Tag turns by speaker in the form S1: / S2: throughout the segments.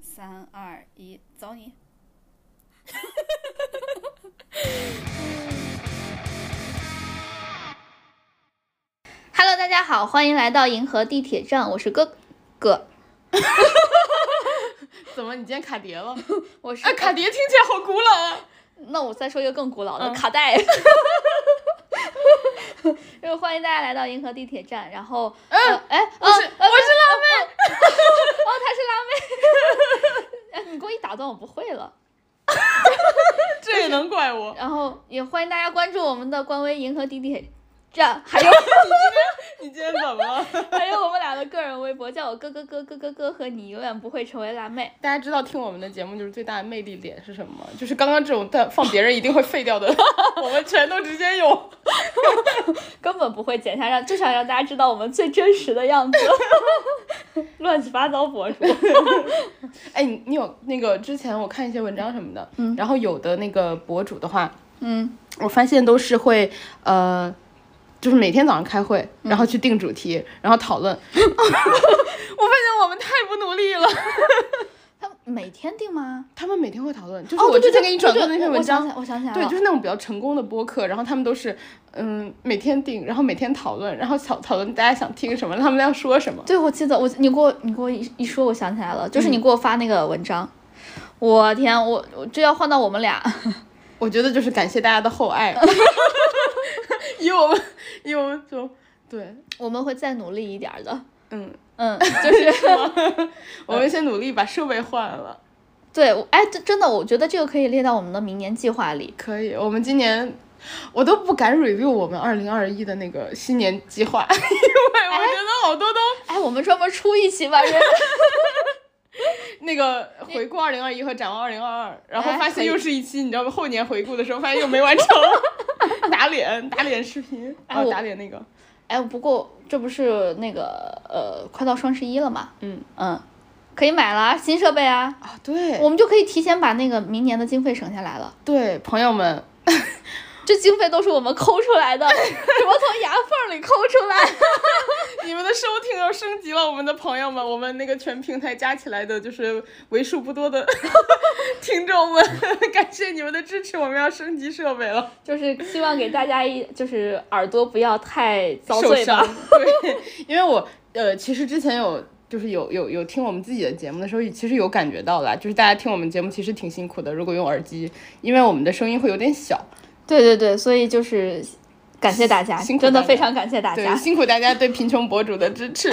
S1: 三二一，走你！Hello，大家好，欢迎来到银河地铁站，我是哥哥，
S2: 怎么你今天卡碟 了？
S1: 我是、呃
S2: 哎，卡碟听起来好古老啊！
S1: 那我再说一个更古老的、
S2: 嗯
S1: 卡带。 就是欢迎大家来到银河地铁站，然后，呃哎、
S2: 我
S1: 呃
S2: 嗯是、我是辣妹，
S1: 哦，她是辣妹。哎你 给我一打断，我不会了。
S2: 这也能怪 我？
S1: 然后也欢迎大家关注我们的官微“银河地铁站”，还有
S2: 你今天怎么了？
S1: 还有我们俩的个人微博，叫我哥哥哥哥哥哥和你永远不会成为辣妹。
S2: 大家知道听我们的节目就是最大的魅力点是什么吗？就是刚刚这种在放别人一定会废 掉的，我们全都直接用。
S1: 根本不会剪下，让就想让大家知道我们最真实的 样子，乱七八糟博主。
S2: 哎，你你有那个之前我看一些文章什么的，嗯，然后有的那个博主的话，
S1: 嗯，
S2: 我发现都是会呃。就是每天早上开会，
S1: 嗯
S2: 然后去定主题，然后讨 论。 我发现我们太不努力了。
S1: 他每天定吗？
S2: 他们每天会讨论，就是
S1: 哦，
S2: 我
S1: 对对
S2: 之
S1: 对
S2: 前给你转
S1: 对
S2: 过的
S1: 对
S2: 那篇
S1: 我
S2: 文章，
S1: 我想起来了，我想起来
S2: 对，
S1: 了。
S2: 就是那种比较成功的播客，然后他们都是嗯每天定，然后每天讨论，然后讨讨论大家想听什么，他们要说什么。
S1: 对，我记得我你给我你给我一一说，我想起来了，就是
S2: 嗯
S1: 你给我发那个文章，我天，我我这要换到我们俩，
S2: 我觉得就是感谢大家的厚爱，以我们以我们就对，
S1: 我们会再努力一点儿的。
S2: 嗯，
S1: 嗯，就是
S2: 我们先努力把设备换了，
S1: 对，我哎，这真的，我觉得这个可以列到我们的明年计划里。
S2: 可以。我们今年我都不敢 review 我们二零二一的那个新年计划， 因为我觉得好多都
S1: 哎，我们专门出一期吧，人
S2: 那个回顾二零二一和展望二零二二，然后
S1: 哎
S2: 发
S1: 可
S2: 现
S1: 以
S2: 又是一期，你知道吗？后年回顾的时候发现又没完成， 打脸打脸视频，
S1: 哎
S2: 啊
S1: 我
S2: 打脸那个，
S1: 哎，不过这不是那个呃，快到双十一了嘛，
S2: 嗯
S1: 嗯，可以买啦，新设备啊，
S2: 啊对
S1: 我们就可以提前把那个明年的经费省下来了。
S2: 对，朋友们，
S1: 这经费都是我们抠出来的，什么从牙缝里抠出来的。
S2: 你们的收听又升级了，我们的朋友们，我们那个全平台加起来的就是为数不多的 听众们， 感谢你们的支持，我们要升级设备了，
S1: 就是希望给大家一，就是耳朵不要太遭
S2: 受
S1: 罪吧
S2: 伤。， 对，因为我呃其实之前有。就是有有有听我们自己的节目的时候，其实有感觉到啦，就是大家听我们节目其实挺辛苦的。如果用耳机，因为我们的声音会有点小，
S1: 对对对，所以就是感谢大家，
S2: 辛苦
S1: 真的
S2: 大
S1: 非
S2: 家
S1: 常感谢大
S2: 对，
S1: 家。
S2: 辛苦大家对贫穷博主的支 持，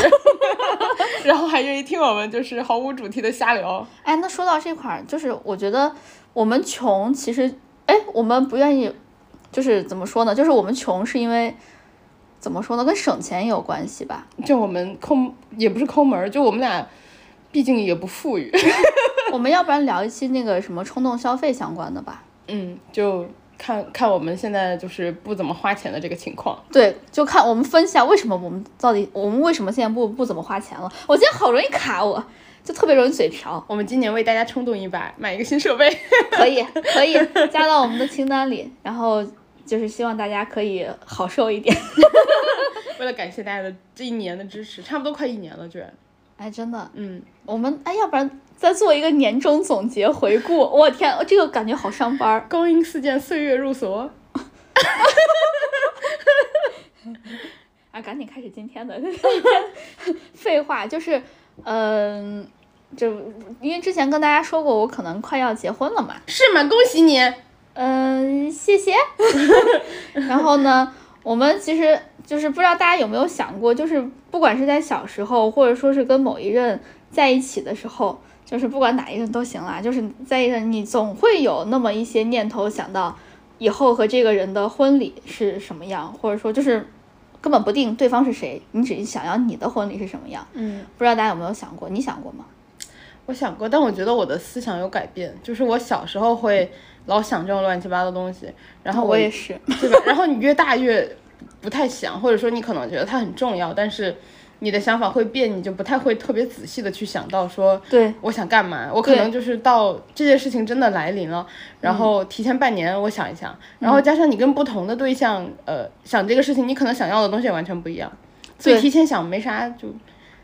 S2: 然后还愿意听我们就是毫无主题的瞎聊。
S1: 哎，那说到这块儿，就是我觉得我们穷，其实哎，我们不愿意，就是怎么说呢？就是我们穷是因为怎么说呢？跟省钱也有关系吧。
S2: 就我们抠，也不是抠门儿，就我们俩，毕竟也不富裕，
S1: 我们要不然聊一期那个什么冲动消费相关的吧？
S2: 嗯，就看看我们现在就是不怎么花钱的这个情况。
S1: 对，就看我们分析下为什么我们到底我们为什么现在不不怎么花钱了。我今天好容易卡我，就特别容易嘴瓢。
S2: 我们今年为大家冲动一把，买一个新设备。
S1: 可以可以加到我们的清单里，然后就是希望大家可以好受一点。
S2: 为了感谢大家的这一年的支持，差不多快一年了，居然。
S1: 哎，真的，
S2: 嗯，
S1: 我们哎，要不然再做一个年终总结回顾。 我天，这个感觉好上班儿。
S2: 光阴似箭，岁月如梭。
S1: 啊，赶紧开始今天的 废话，就是，嗯、就因为之前跟大家说过，我可能快要结婚了嘛，
S2: 是吗？恭喜你！
S1: 嗯，谢谢。 然后呢，我们其实就是不知道大家有没有想过，就是不管是在小时候，或者说是跟某一任在一起的时候，就是不管哪一任都行啦，就是在一任你总会有那么一些念头想到以后和这个人的婚礼是什么样，或者说就是根本不定对方是谁，你只想要你的婚礼是什么样。
S2: 嗯，
S1: 不知道大家有没有想过？你想过吗？
S2: 我想过，但我觉得我的思想有改变，就是我小时候会老想这种乱七八糟的东西，然后
S1: 我也是。
S2: 对吧？然后你越大越不太想，或者说你可能觉得它很重要，但是你的想法会变，你就不太会特别仔细的去想到说
S1: 对，
S2: 我想干嘛。我可能就是到这件事情真的来临了，然后提前半年我想一想，然后加上你跟不同的对象，呃，想这个事情，你可能想要的东西也完全不一样，所以
S1: 对
S2: 提前想没啥就。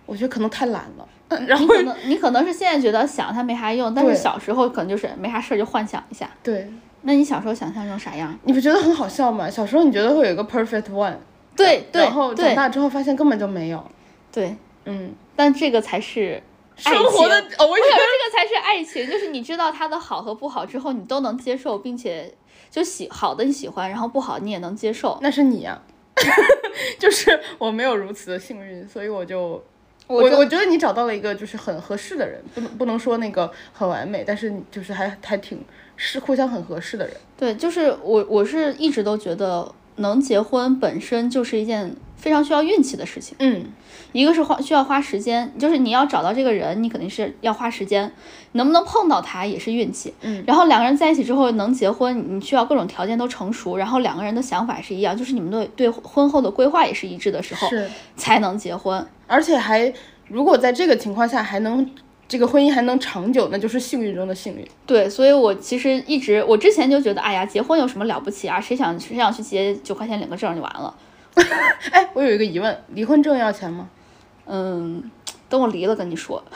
S2: 我觉得可能太懒了，
S1: 然后你可能你可能是现在觉得想它没啥用，但是小时候可能就是没啥事儿就幻想一下。
S2: 对，
S1: 那你小时候想象成啥样？
S2: 你不觉得很好笑吗？小时候你觉得会有一个 perfect one，
S1: 对对
S2: 然后长
S1: 对
S2: 大之后发现根本就没有。
S1: 对，
S2: 嗯，
S1: 但这个才是爱
S2: 生活的
S1: 情
S2: 哦，我
S1: 我
S2: 也
S1: 想说这个才是爱情，就是你知道它的好和不好之后，你都能接受，并且就喜好的你喜欢，然后不好你也能接受。
S2: 那是你呀、 就是我没有如此的幸运，所以我就。我
S1: 就
S2: 我觉得你找到了一个就是很合适的人，不能不能说那个很完美，但是你就是还还挺是互相很合适的人。
S1: 对，就是我我是一直都觉得能结婚本身就是一件非常需要运气的事情，
S2: 嗯，
S1: 一个是花需要花时间，就是你要找到这个人，你肯定是要花时间，能不能碰到他也是运气。
S2: 嗯，
S1: 然后两个人在一起之后能结婚，你需要各种条件都成熟，然后两个人的想法是一样，就是你们对对婚后的规划也是一致的时候
S2: 是，
S1: 才能结婚。
S2: 而且还如果在这个情况下还能这个婚姻还能长久，那就是幸运中的幸运。
S1: 对，所以我其实一直，我之前就觉得，哎呀，结婚有什么了不起啊？谁想谁想去结九块钱领个证就完了？
S2: 哎，我有一个疑问，离婚证要钱吗？
S1: 嗯，等我离了跟你说。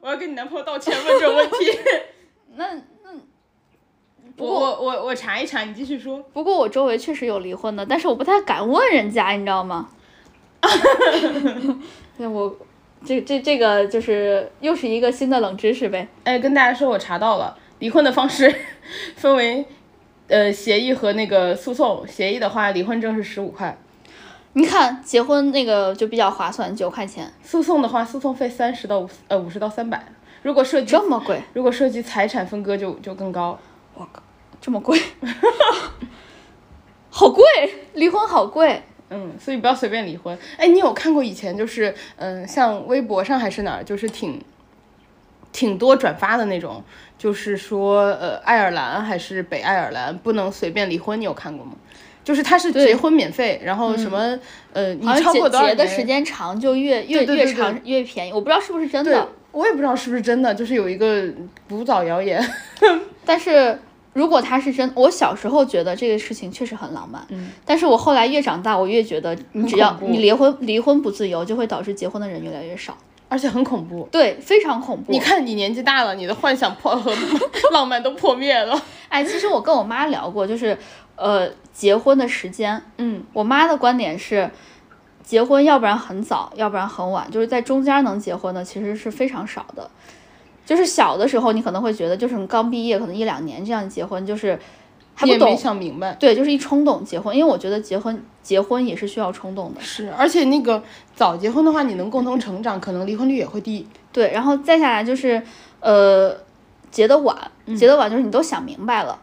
S2: 我要跟你男朋友道歉，问这种问 题。
S1: 那那
S2: 我我我我查一查，你继续说。
S1: 不过我周围确实有离婚的，但是我不太敢问人家，你知道吗？ 那我这这这个就是又是一个新的冷知识呗。
S2: 哎，跟大家说，我查到了，离婚的方式分为，呃，协议和那个诉讼。协议的话，离婚证是十五块；
S1: 你看结婚那个就比较划算，九块钱，
S2: 诉讼的话，诉讼费三十到五呃五十到三百。如果涉及
S1: 这么贵，
S2: 如果涉及财产分割就就更高。
S1: 这么贵， 好贵，离婚好贵。
S2: 嗯，所以不要随便离婚。哎，你有看过以前就是，嗯、像微博上还是哪儿，就是挺挺多转发的那种，就是说，呃，爱尔兰还是北爱尔兰不能随便离婚，你有看过吗？就是它是结婚免费，然后什么，呃，你
S1: 好像
S2: 超
S1: 结
S2: 过多少
S1: 结
S2: 年
S1: 的时？间长就越越
S2: 对对
S1: 越
S2: 对对
S1: 长越便宜，我不知道是不是真
S2: 对
S1: 的。，
S2: 我也不知道是不是真的，就是有一个古早谣言。
S1: 但是如果他是真，我小时候觉得这个事情确实很浪漫，
S2: 嗯，
S1: 但是我后来越长大，我越觉得你只要
S2: 恐怖
S1: 你离婚，离婚不自由，就会导致结婚的人越来越少，
S2: 而且很恐怖。
S1: 对，非常恐怖。
S2: 你，看，你年纪大了，你的幻想破 和浪漫都破灭了。
S1: 哎，其实我跟我妈聊过，就是呃，结婚的时间，
S2: 嗯，
S1: 我妈的观点是。结婚要不然很早，要不然很晚，就是在中间能结婚的其实是非常少的。就是小的时候，你可能会觉得，就是你刚毕业，可能一两年这样结婚，就是还
S2: 你
S1: 不
S2: 也没
S1: 懂，
S2: 想明白。
S1: 对，就是一冲动结婚，因为我觉得结婚结婚也是需要冲动的。
S2: 是，而且那个早结婚的话，你能共同成长，可能离婚率也会低。
S1: 对，然后再下来就是，呃，结的晚，结的晚就是你都想明白了，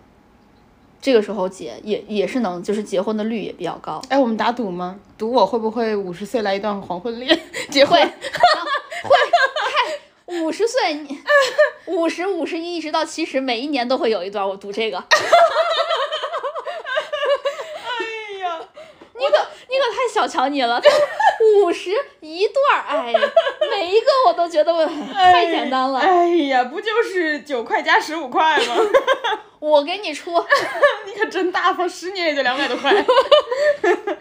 S1: 这个时候结也也是能，就是结婚的率也比较高。
S2: 哎，我们打赌吗？赌我会不会五十岁来一段黄昏 恋结
S1: 会
S2: 婚？
S1: 五十岁，你五十、五十一一直到七十，每一年都会有一段，我读这个。
S2: 哎呀，
S1: 你可你可太小瞧你了，五十一段儿，哎，每一个我都觉得我太简单了。
S2: 哎呀，不就是九块加十五块吗？
S1: 我给你出，
S2: 你可真大方，十年也就两百多块。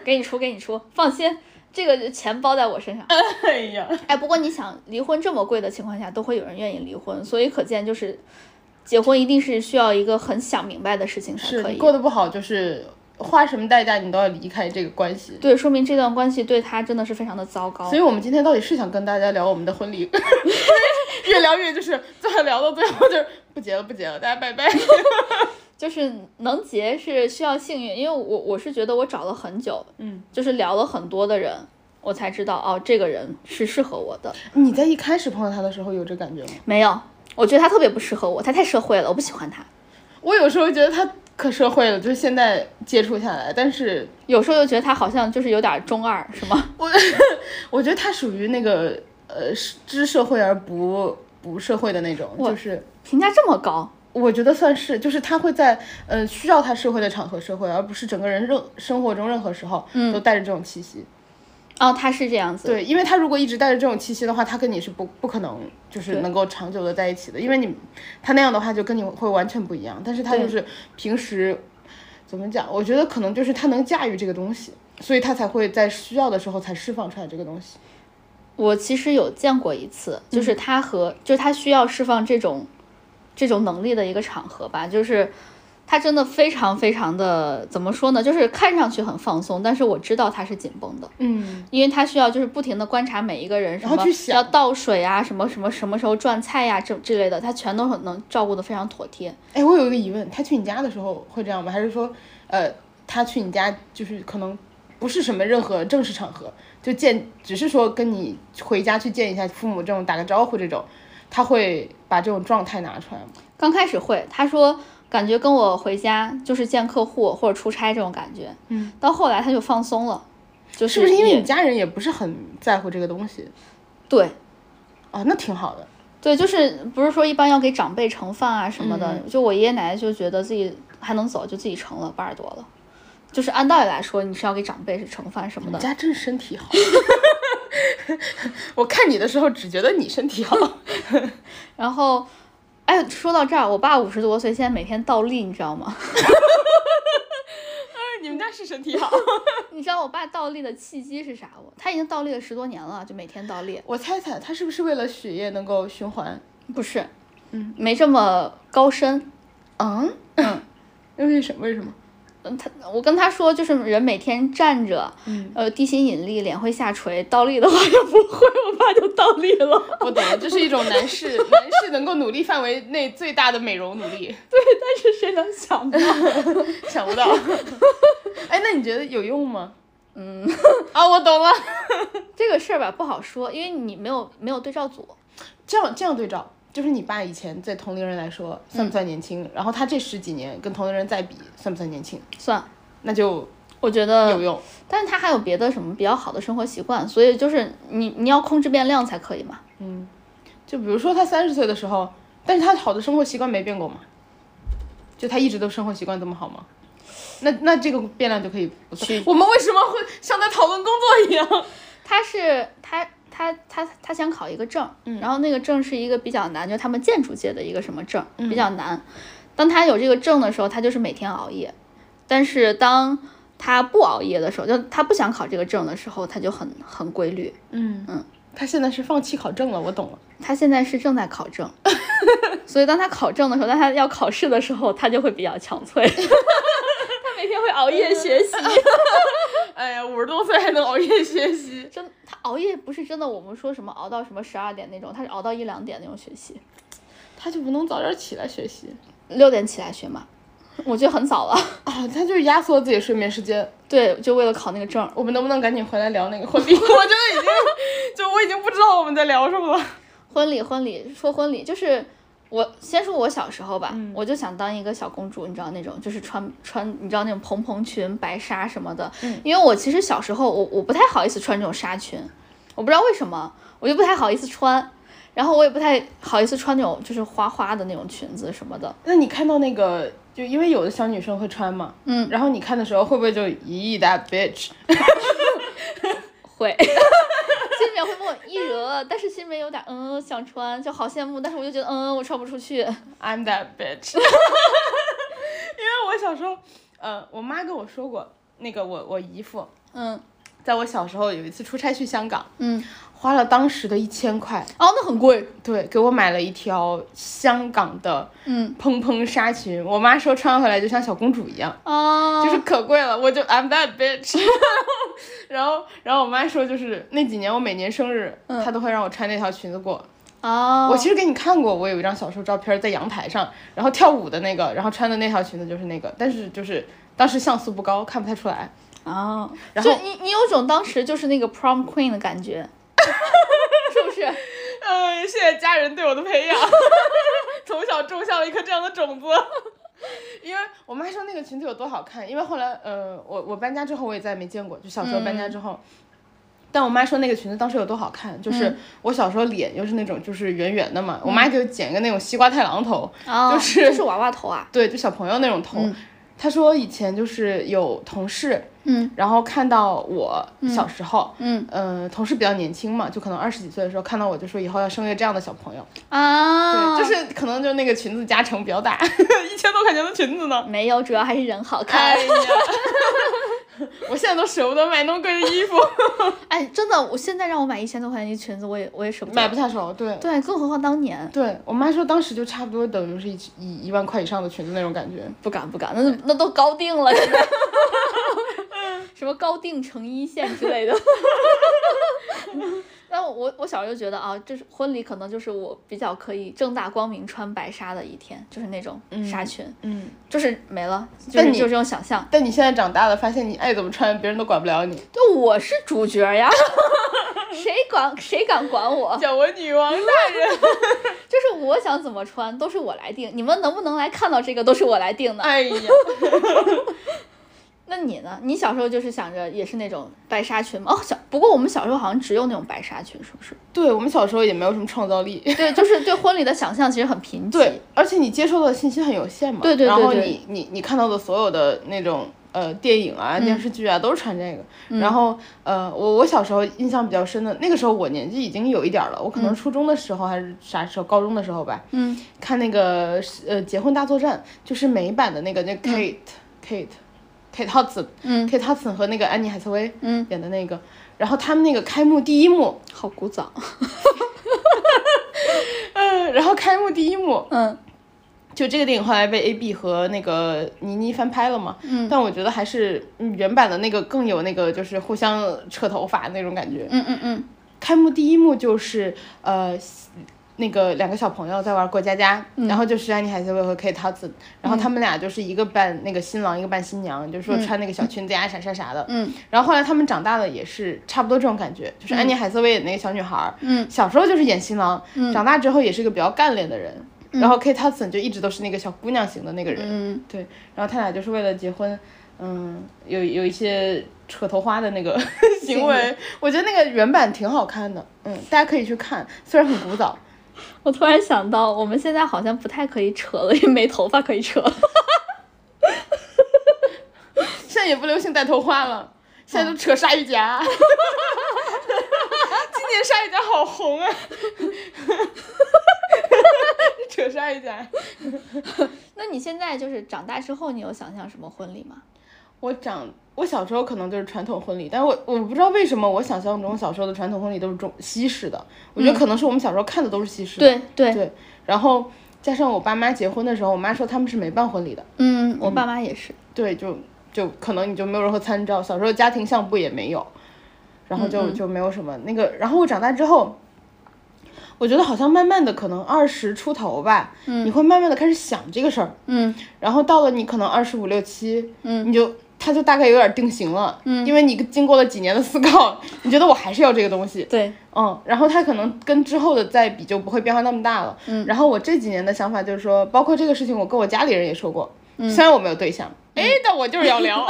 S1: 给你出，给你出，放心，这个钱包在我身上。
S2: 哎呀，
S1: 哎，不过你想，离婚这么贵的情况下，都会有人愿意离婚，所以可见就是，结婚一定是需要一个很想明白的事情才
S2: 是
S1: 可
S2: 你
S1: 以。
S2: 过得不好，就是花什么代价你都要离开这个关系。
S1: 对，说明这段关系对他真的是非常的糟糕
S2: 所。以我们今天到底是想跟大家聊我们的婚礼， 因为越聊越就是最后聊到最后就是不结了不结了，大家 拜拜。
S1: 就是能结是需要幸运，因为我我是觉得我找了很久，
S2: 嗯，
S1: 就是聊了很多的人，我才知道哦，这个人是适合我的。
S2: 你在一开始碰到他的时候有这感觉吗？
S1: 没有，我觉得他特别不适合我，他太社会了，我不喜欢他。
S2: 我有时候觉得他可社会了，就是现在接触下来，但是
S1: 有时候又觉得他好像就是有点中二，是吗？
S2: 我觉得他属于那个呃是知社会而不不社会的那种，就是
S1: 评价这么高，
S2: 我觉得算是，就是他会在呃需要他社会的场合社会，而不是整个人任生活中任何时候都带着这种气息。
S1: 哦，他是这样子。
S2: 对，因为他如果一直带着这种气息的话，他跟你是不不可能就是
S1: 对
S2: 能够长久的在一起的，因为你他那样的话就跟你会完全不一样，但是他
S1: 对
S2: 就是平时。怎么讲？我觉得可能就是他能驾驭这个东西，所以他才会在需要的时候才释放出来这个东西。
S1: 我其实有见过一次，就是
S2: 嗯
S1: 他和、就是他需要释放这种这种能力的一个场合吧，就是他真的非常非常的怎么说呢？就是看上去很放松，但是我知道他是紧绷的，
S2: 嗯，
S1: 因为他需要就是不停的观察每一个人，什
S2: 后
S1: 么
S2: 去想
S1: 要倒水啊，什么什么什么时候转菜呀、这之类的，他全都很能照顾的非常妥帖。
S2: 哎，我有一个疑问，他去你家的时候会这样吗？还是说，呃，他去你家就是可能不是什么任何正式场合，就见，只是说跟你回家去见一下父母这种打个招呼这种，他会把这种状态拿出来吗？
S1: 刚开始会，他说感觉跟我回家就是见客户或者出差这种感觉，
S2: 嗯，
S1: 到后来他就放松了，就是
S2: 不是因为
S1: 也
S2: 你家人也不是很在乎这个东西
S1: 对
S2: 啊？那挺好的。
S1: 对，就是不是说一般要给长辈盛饭啊什么的，就我爷爷奶奶就觉得自己还能走，就自己盛了八十多了。就是按道理来说，你是要给长辈是盛饭什么
S2: 你
S1: 的，
S2: 家真是身体好。 我看你的时候只觉得你身体好。
S1: 然后，哎，说到这儿，我爸五十多岁，现在每天倒立，你知道吗？
S2: 你们家是身体好。
S1: 你知道我爸倒立的契机是啥不？他已经倒立了十多年了，就每天倒立。
S2: 我猜猜他是不是为了血液能够循环？
S1: 不是，嗯，没这么高深。
S2: 嗯，嗯，为什么？为什么？
S1: 嗯，他我跟他说，就是人每天站着，
S2: 嗯，
S1: 呃，地心引力，脸会下垂，倒立的话就不会，我爸就倒立了。
S2: 我懂了，这是一种男士男士能够努力范围内最大的美容努力，
S1: 但是谁能想到？
S2: 想 不到。哎，那你觉得有用吗？嗯，啊，我懂了。
S1: 这个事儿吧不好说，因为你没有没有对照组。
S2: 这样这样对照，就是你爸以前在同龄人来说算不算年轻？然后他这十几年跟同龄人再比，算不算年轻？
S1: 算，
S2: 那就
S1: 我觉得
S2: 有用。
S1: 但是他还有别的什么比较好的生活习惯，所以就是你你要控制变量才可以嘛。
S2: 就比如说他三十岁的时候，但是他好的生活习惯没变过嘛，就他一直都生活习惯这么好吗？那那这个变量就可以不算。我们为什么会像在讨论工作一样？
S1: 他是他他他他想考一个证，然后那个证是一个比较难，就是他们建筑界的一个什么证，比较难。当他有这个证的时候，他就是每天熬夜，但是当他不熬夜的时候，就他不想考这个证的时候，他就很很规律。
S2: 嗯嗯，他现在是放弃考证了，我懂了。
S1: 他现在是正在考证，所以当他考证的时候，当他要考试的时候，他就会比较憔悴。他每天会熬夜学习，
S2: 哎呀，五十多岁还能熬夜学习，
S1: 真他熬夜不是真的，我们说什么熬到什么十二点那种，他是熬到一两点那种学习，
S2: 他就不能早点起来学习
S1: 六点起来学嘛，我觉得很早了。
S2: 啊？他就是压缩自己睡眠时间。
S1: 对，就为了考那个证。
S2: 我们能不能赶紧回来聊那个婚 礼？我真的已经，就我已经不知道我们在聊什么了。
S1: 婚礼，婚礼，说婚礼就是我先说我小时候吧，
S2: 嗯
S1: 我就想当一个小公主，你知道那种，就是穿穿你知道那种蓬蓬裙、白纱什么的。
S2: 嗯
S1: 因为我其实小时候我我不太好意思穿这种纱裙，我不知道为什么，我就不太好意思穿。然后我也不太好意思穿那种就是花花的那种裙子什么的，
S2: 那你看到那个，就因为有的小女生会穿嘛，
S1: 嗯，
S2: 然后你看的时候会不会就咦 that bitch？
S1: 会， 心里面会默一惹，但是心里面有点嗯想穿，就好羡慕，但是我就觉得嗯我穿不出去，
S2: I'm that bitch。因为我小时候，呃，我妈跟我说过，那个我我姨父，
S1: 嗯
S2: 在我小时候有一次出差去香港，
S1: 嗯，
S2: 花了当时的一千块，
S1: 哦那很贵，
S2: 对，给我买了一条香港的
S1: 嗯
S2: 蓬蓬纱裙。我妈说穿回来就像小公主一样，
S1: 啊，
S2: 就是可贵了，我就 I'm that bitch 然后。然后，然后我妈说，就是那几年我每年生日，她都会让我穿那条裙子过。
S1: 啊，
S2: 我其实给你看过，我有一张小时候照片在阳台上，然后跳舞的那个，然后穿的那条裙子就是那个，但是就是当时像素不高，看不太出来。
S1: 啊，
S2: 然
S1: 就
S2: 后
S1: 你你有种当时就是那个 prom queen 的感觉，是不是？
S2: 嗯、谢谢家人对我的培养， 从小种下了一颗这样的种子。 因为我妈说那个裙子有多好看，因为后来呃，我我搬家之后我也再也没见过，就小时候搬家之后。但我妈说那个裙子当时有多好看，就是我小时候脸又是那种就是圆圆的嘛，我妈给我剪个那种西瓜太郎头，
S1: 啊，
S2: 就是
S1: 这是娃娃头啊，
S2: 对，就小朋友那种头。她说以前就是有同事，
S1: 嗯，
S2: 然后看到我小时候，
S1: 嗯，
S2: 呃，同事比较年轻嘛，就可能二十几岁的时候看到我就说以后要生一个这样的小朋友，
S1: 啊，
S2: 对，就是可能就那个裙子加成 比较大，一千多块钱的裙子呢，哎
S1: 没有，主要还是人好看。
S2: 哎呀， 我现在都舍不得买那么贵的衣服，
S1: 哎，真的，我现在让我买一千多块钱一裙子，我也我也舍不得。
S2: 买不下手。对，
S1: 对，更何况当年。
S2: 对我妈说当时就差不多等于是一一一万块以上的裙子那种感觉。
S1: 不敢不敢，那那都高定了，现 在什么高定成一线之 类的。但我我小时候就觉得啊，就是婚礼可能就是我比较可以正大光明穿白纱的一天，就是那种纱裙，
S2: 嗯，
S1: 就是没了，就
S2: 但
S1: 是
S2: 你
S1: 就这种想象。
S2: 但你现在长大了，发现你爱怎么穿，别人都管不了你。
S1: 对，我是主角 呀，谁管谁敢管我？
S2: 叫我女王大人，
S1: 就是我想怎么穿都是我来定，你们能不能来看到这个都是我来定的。
S2: 哎呀，
S1: 那你呢？你小时候就是想着也是那种白纱裙吗？哦，小不过我们小时候好像只有那种白纱裙，是不是？
S2: 对我们小时候也没有什么创造力。
S1: 对，就是对婚礼的想象其实很贫瘠。
S2: 对，而且你接受到的信息很有限嘛。
S1: 对对对
S2: 然后
S1: 对
S2: 你你你看到的所有的那种呃电影啊、
S1: 嗯
S2: 电视剧啊，都是穿这个。然后呃，我我小时候印象比较深的，那个时候我年纪已经有一点儿了，我可能初中的时候还是啥时候，高中的时候吧。
S1: 嗯。
S2: 看那个呃《结婚大作战》，就是美版的那个那 Kate、Kate Kate Hudson，
S1: 嗯
S2: ，Kate Hudson 和那个安妮海瑟薇，
S1: 嗯，
S2: 演的那个。然后他们那个开幕第一幕，
S1: 好古早。
S2: 嗯， 然后开幕第一幕，
S1: 嗯
S2: 就这个电影后来被 A B 和那个倪妮翻拍了嘛，嗯，但我觉得还是嗯原版的那个更有那个就是互相扯头发那种感觉。
S1: 嗯嗯嗯
S2: 开幕第一幕就是呃，那个两个小朋友在玩过家家，
S1: 嗯
S2: 然后就是安妮海瑟薇和 Kate Hudson，然后他们俩就是一个扮那个新郎，一个扮新娘，就是说穿那个小裙子呀、啥啥啥的，
S1: 嗯，
S2: 然后后来他们长大了也是差不多这种感觉，就是安妮海瑟薇演那个小女孩儿，
S1: 嗯
S2: 小时候就是演新郎，长大之后也是一个比较干练的人。然后 Kate Hudson 就一直都是那个小姑娘型的那个人，
S1: 嗯，
S2: 对。然后他俩就是为了结婚，嗯，有有一些扯头花的那个行为，我觉得那个原版挺好看的，嗯，大家可以去看，虽然很古早，
S1: 我突然想到，我们现在好像不太可以扯了，也没头发可以 扯了。
S2: 现在也不流行戴头花了，现在都扯鲨鱼夹。今年鲨鱼夹好红啊！ 扯鲨鱼夹，
S1: 那你现在就是长大之后，你有想象什么婚礼吗？
S2: 我长我小时候可能就是传统婚礼，但是我我不知道为什么我想象中小时候的传统婚礼都是中西式的，我觉得可能是我们小时候看的都是西式的。
S1: 对对，
S2: 对，然后加上我爸妈结婚的时候，我妈说他们是没办婚礼的，
S1: 嗯，我爸妈也是。
S2: 对，就就可能你就没有任何参照，小时候家庭相簿也没有，然后就就没有什么那个。然后我长大之后，我觉得好像慢慢的，可能二十出头吧，你会慢慢的开始想这个事儿，
S1: 嗯
S2: 然后到了你可能二十五六七，嗯，你就它就大概有点定型了，嗯，因为你经过了几年的思考，你觉得我还是要这个东西，
S1: 对，
S2: 嗯，然后它可能跟之后的再比就不会变化那么大了。嗯，然后我这几年的想法就是说，包括这个事情，我跟我家里人也说过，虽然我没有对象，哎、但我就是要 聊。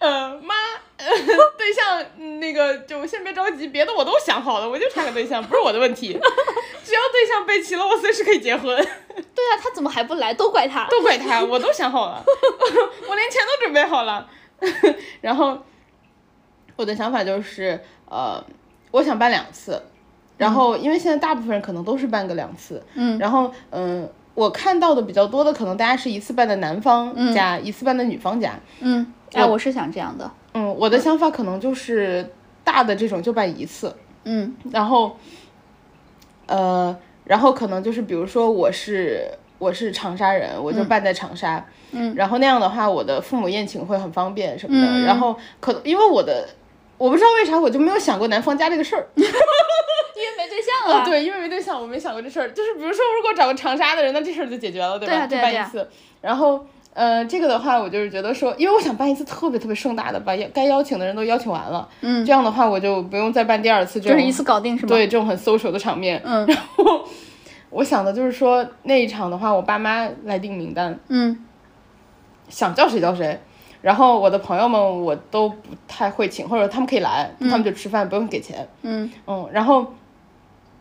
S2: 呃，妈，呃、对象嗯那个就先别着急，别的我都想好了，我就差个对象，不是我的问题。 只要对象备齐了，我随时可以结婚。
S1: 对啊，他怎么还不来？都怪他。
S2: 都怪他，我都想好了， 我连钱都准备好了。 然后我的想法就是，呃，我想办两次，然后因为现在大部分人可能都是办个两次，
S1: 嗯，
S2: 然后嗯、我看到的比较多的，可能大家是一次办的男方家，一次办的女方家。
S1: 嗯，哎，我是想这样的。
S2: 嗯，我的想法可能就是大的这种就办一次，
S1: 嗯
S2: 然后，呃，然后可能就是比如说我是我是长沙人，我就办在长沙，
S1: 嗯，
S2: 然后那样的话，我的父母宴请会很方便什么的。
S1: 嗯
S2: 然后可因为我的我不知道为啥我就没有想过男方家这个事儿，
S1: 因为没哦对象啊了。
S2: 对，因为没对象，我没想过这事儿。就是比如说，如果找个长沙的人，那这事儿就解决了，对吧？
S1: 对啊对啊
S2: 就
S1: 对
S2: 办
S1: 啊
S2: 一次。然后，呃，这个的话，我就是觉得说，因为我想办一次特别特别盛大的，把邀该邀请的人都邀请完了。
S1: 嗯
S2: 这样的话，我就不用再办第二次这
S1: 就
S2: 种，
S1: 是一次搞定是吗？，
S2: 对这种很 social 的场面。
S1: 嗯
S2: 然后我想的就是说，那一场的话，我爸妈来定名单，
S1: 嗯
S2: 想叫谁叫谁。然后我的朋友们我都不太会请，或者他们可以来，他们就吃饭不用给钱。
S1: 嗯
S2: 嗯，然后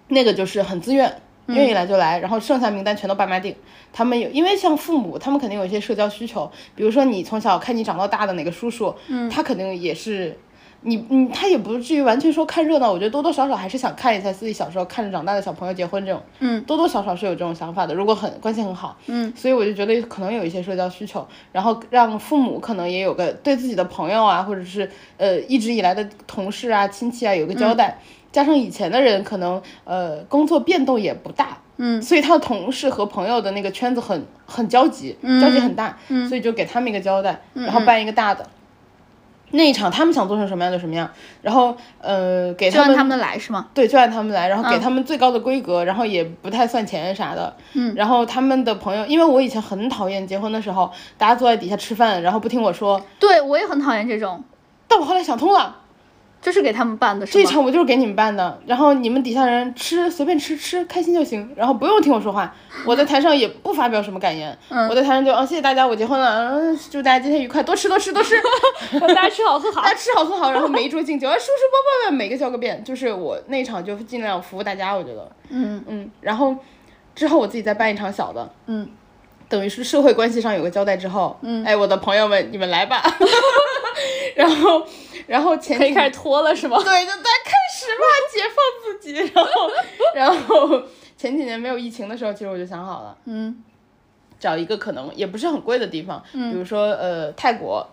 S2: 那个就是很自愿，愿意来就来，然后剩下名单全都爸妈定。他们有，因为像父母，他们肯定有一些社交需求，比如说你从小看你长到大的哪个叔叔，他肯定也是。你你他也不至于完全说看热闹，我觉得多多少少还是想看一下自己小时候看着长大的小朋友结婚这种，
S1: 嗯，
S2: 多多少少是有这种想法的。如果很关系很好，
S1: 嗯，
S2: 所以我就觉得可能有一些社交需求，然后让父母可能也有个对自己的朋友啊，或者是呃一直以来的同事啊、亲戚啊有个交代。
S1: 嗯
S2: 加上以前的人可能呃工作变动也不大，
S1: 嗯，
S2: 所以他的同事和朋友的那个圈子很很交集，交集很大，嗯，所以就给他们一个交代，
S1: 嗯
S2: 然后办一个大的。那一场他们想做成什么样就什么样，然后呃给
S1: 就
S2: 他
S1: 让
S2: 们
S1: 他们来是吗？
S2: 对，就按他们来，然后给
S1: 嗯
S2: 他们最高的规格，然后也不太算钱啥的。嗯，然后他们的朋友，因为我以前很讨厌结婚的时候，大家坐在底下吃饭，然后不听我说。
S1: 对我也很讨厌这种，
S2: 但我后来想通了，
S1: 就是给他们办的
S2: 这
S1: 是
S2: 一
S1: 吗？
S2: 场我就是给你们办的，然后你们底下人吃随便吃吃开心就行，然后不用听我说话，我在台上也不发表什么感言，
S1: 嗯
S2: 我在台上就啊谢谢大家，我结婚了，嗯祝大家今天愉快，多吃多吃多吃。
S1: 大家吃好喝好
S2: 大家吃好喝好，然后每一桌敬酒，哎，叔叔伯伯们每个叫个遍，就是我那一场就尽量服务大家，我觉得，
S1: 嗯
S2: 嗯，然后之后我自己再办一场小的，
S1: 嗯，
S2: 等于是社会关系上有个交代之后，嗯，哎，我的朋友们你们来吧， 然后然后前
S1: 可以
S2: 几
S1: 开始脱了是吗？
S2: 对，就大家开始吧，解放自己，然后然后前几年没有疫情的时候，其实我就想好了，
S1: 嗯
S2: 找一个可能也不是很贵的地方，比如说呃泰国，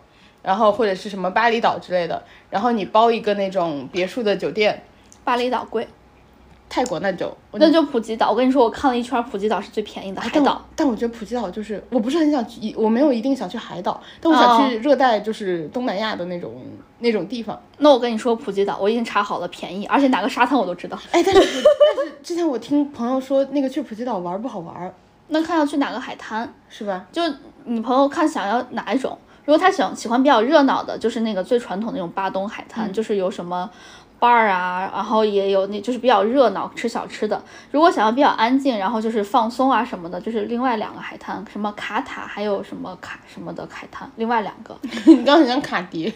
S2: 然后或者是什么巴厘岛之类的，然后你包一个那种别墅的酒店，
S1: 巴厘岛贵，
S2: 泰国那就我
S1: 那就普吉岛。我跟你说，我看了一圈，普吉岛是最便宜的海
S2: 但
S1: 岛
S2: 我。但我觉得普吉岛就是我不是很想去，我没有一定想去海岛，但我
S1: 哦
S2: 想去热带，就是东南亚的那种、那种地方。
S1: 那我跟你说，普吉岛我已经查好了，便宜，而且哪个沙滩我都知道。
S2: 哎，但是我但是之前我听朋友说，那个去普吉岛玩儿不好玩儿，
S1: 那看要去哪个海滩，
S2: 是吧？
S1: 就你朋友看想要哪一种。如果他想喜欢比较热闹的，就是那个最传统的那种巴东海滩，就是有什么 bar 啊，然后也有那就是比较热闹吃小吃的。如果想要比较安静，然后就是放松啊什么的，就是另外两个海滩，什么卡塔还有什么卡什么的海滩，另外两 个。
S2: 你刚刚很像卡迪，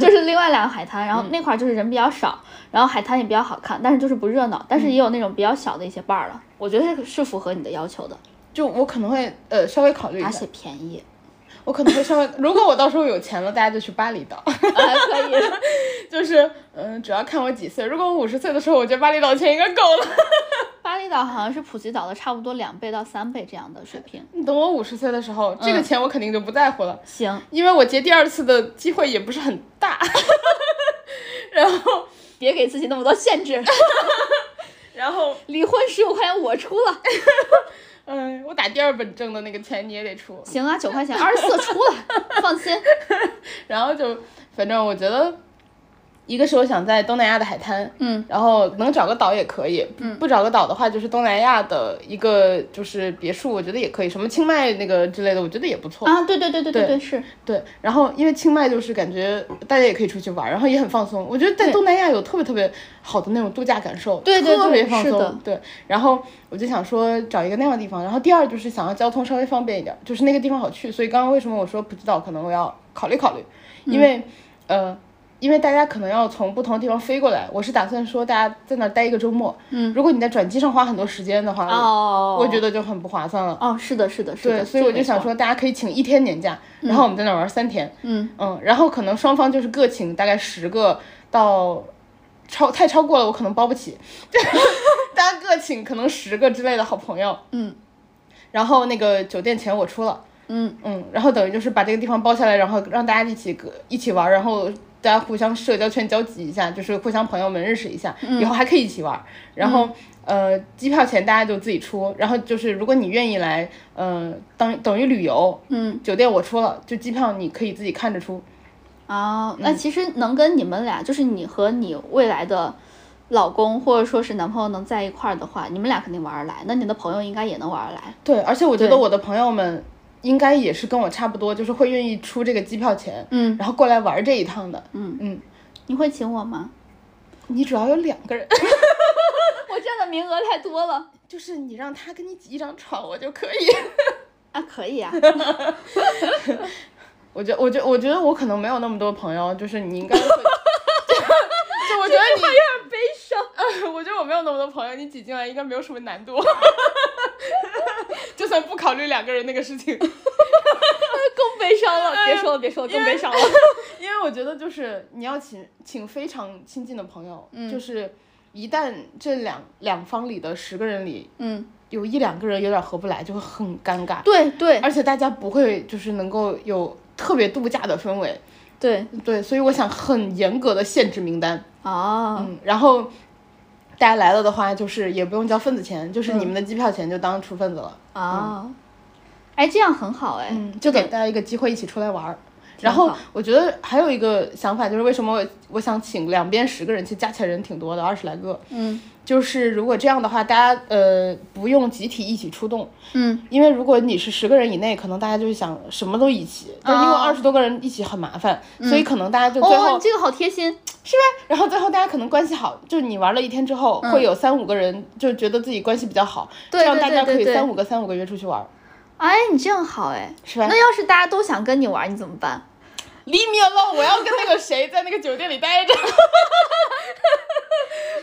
S1: 就是另外两个海滩，然后那块儿就是人比较少，然后海滩也比较好看，但是就是不热闹，但是也有那种比较小的一些伴儿了，我觉得是是符合你的要求的，
S2: 就我可能会呃稍微考虑一
S1: 而
S2: 下
S1: 且，便宜，
S2: 我可能会稍微，如果我到时候有钱了，大家就去巴厘岛。
S1: 啊、可以，
S2: 就是嗯、主要看我几岁。如果我五十岁的时候，我觉得巴厘岛钱应该够了。
S1: 巴厘岛好像是普吉岛的差不多两倍到三倍这样的水平，
S2: 等我五十岁的时候，这个钱我肯定就不在乎了，
S1: 行，
S2: 因为我结第二次的机会也不是很大。 然后，
S1: 别给自己那么多限制，
S2: 然后，
S1: 离婚十五块钱我出了，
S2: 嗯，我打第二本挣的那个钱你也得出。
S1: 行啊，九块钱二十四出了， 放心，
S2: 然后就，反正我觉得，一个是我想在东南亚的海滩，
S1: 嗯，
S2: 然后能找个岛也可以，嗯，不找个岛的话，就是东南亚的一个就是别墅，我觉得也可以，什么清迈那个之类的，我觉得也不错。
S1: 啊，对对对对对
S2: 对
S1: 对是，
S2: 对，然后因为清迈就是感觉大家也可以出去玩儿，然后也很放松。我觉得在
S1: 对
S2: 东南亚有特别特别好的那种度假感受，
S1: 对对
S2: 特
S1: 对
S2: 别放
S1: 是的
S2: 松。对，然后我就想说找一个那样的地方，然后第二就是想要交通稍微方便一点儿，就是那个地方好去。所以刚刚为什么我说不知道，可能我要考虑考虑，因为、
S1: 嗯
S2: 呃。因为大家可能要从不同的地方飞过来，我是打算说大家在那儿待一个周末。嗯，如果你在转机上花很多时间的话，
S1: 哦，
S2: 我觉得就很不划算了。
S1: 哦是的是的是的，
S2: 对，所以我就
S1: 没
S2: 想
S1: 错，
S2: 说，大家可以请一天年假，然后我们在那儿玩三天。
S1: 嗯
S2: 嗯，然后可能双方就是各请大概十个到超太超过了，我可能包不起。 大家各请可能十个之类的好朋友，
S1: 嗯
S2: 然后那个酒店钱我出了，
S1: 嗯
S2: 嗯，然后等于就是把这个地方包下来，然后让大家一起各一起玩儿，然后大家互相社交圈交集一下，就是互相朋友们认识一下，以
S1: 嗯
S2: 后还可以一起玩儿。然后、呃，机票钱大家就自己出，然后就是如果你愿意来，呃，当等于旅游，
S1: 嗯。
S2: 酒店我出了，就机票你可以自己看着出。
S1: 哦，那其实能跟你们俩，就是你和你未来的老公或者说是男朋友能在一块儿的话，你们俩肯定玩儿得来。那你的朋友应该也能玩儿得来。
S2: 对，而且我觉
S1: 对
S2: 得我的朋友们应该也是跟我差不多，就是会愿意出这个机票钱，
S1: 嗯，
S2: 然后过来玩这一趟的。嗯嗯，
S1: 你会请我吗？
S2: 你主要有两个 人，
S1: 我占的名额太多了。
S2: 就是你让他跟你挤一张床，我就可以。
S1: 啊，可以啊，
S2: 我觉我觉我觉得我可能没有那么多朋友，就是你应 该会。就我觉得你有点悲伤。 我觉得我没有那么多朋友，你挤进来应该没有什么难 度。就算不考虑两个人那个事情，
S1: 更悲伤了，别说了，别说了，更悲伤了。
S2: 因为我觉得就是你要请请非常亲近的朋友，就是一旦这两两方里的十个人里
S1: 嗯，
S2: 有一两个人有点合不来，就会很尴尬，
S1: 对 对
S2: 而且大家不会就是能够有特别度假的氛围，
S1: 对
S2: 对，所以我想很严格的限制名单，
S1: 啊，
S2: 嗯，然后大家来了的话，就是也不用交份子钱，就是你们的机票钱就当出份子了，
S1: 啊，哎，这样很好哎，
S2: 嗯，就给大家一个机会一起出来玩儿。然
S1: 好
S2: 后我觉得还有一个想法就是，为什么我我想请两边十个人，其实加起来人挺多的，二十来个。
S1: 嗯
S2: 就是如果这样的话，大家呃不用集体一起出动，
S1: 嗯，
S2: 因为如果你是十个人以内，可能大家就是想什么都一起，但是因为
S1: 哦嗯
S2: 二十多个人一起很麻烦，所以可能大家就最后
S1: 哦，这个好贴心，
S2: 然后最后大家可能关系好，就是你玩了一天之后，会有三五个人就觉得自己关系比较好，
S1: 嗯对
S2: 这样
S1: 对
S2: 大
S1: 对
S2: 家
S1: 对
S2: 可以
S1: 对
S2: 三五个三五个约出去玩，
S1: 哎，你这样好哎，
S2: 是吧？
S1: 那要是大家都想跟你玩，你怎么办？
S2: 啊离米 alone，我要跟那个谁在那个酒店里待着。你们不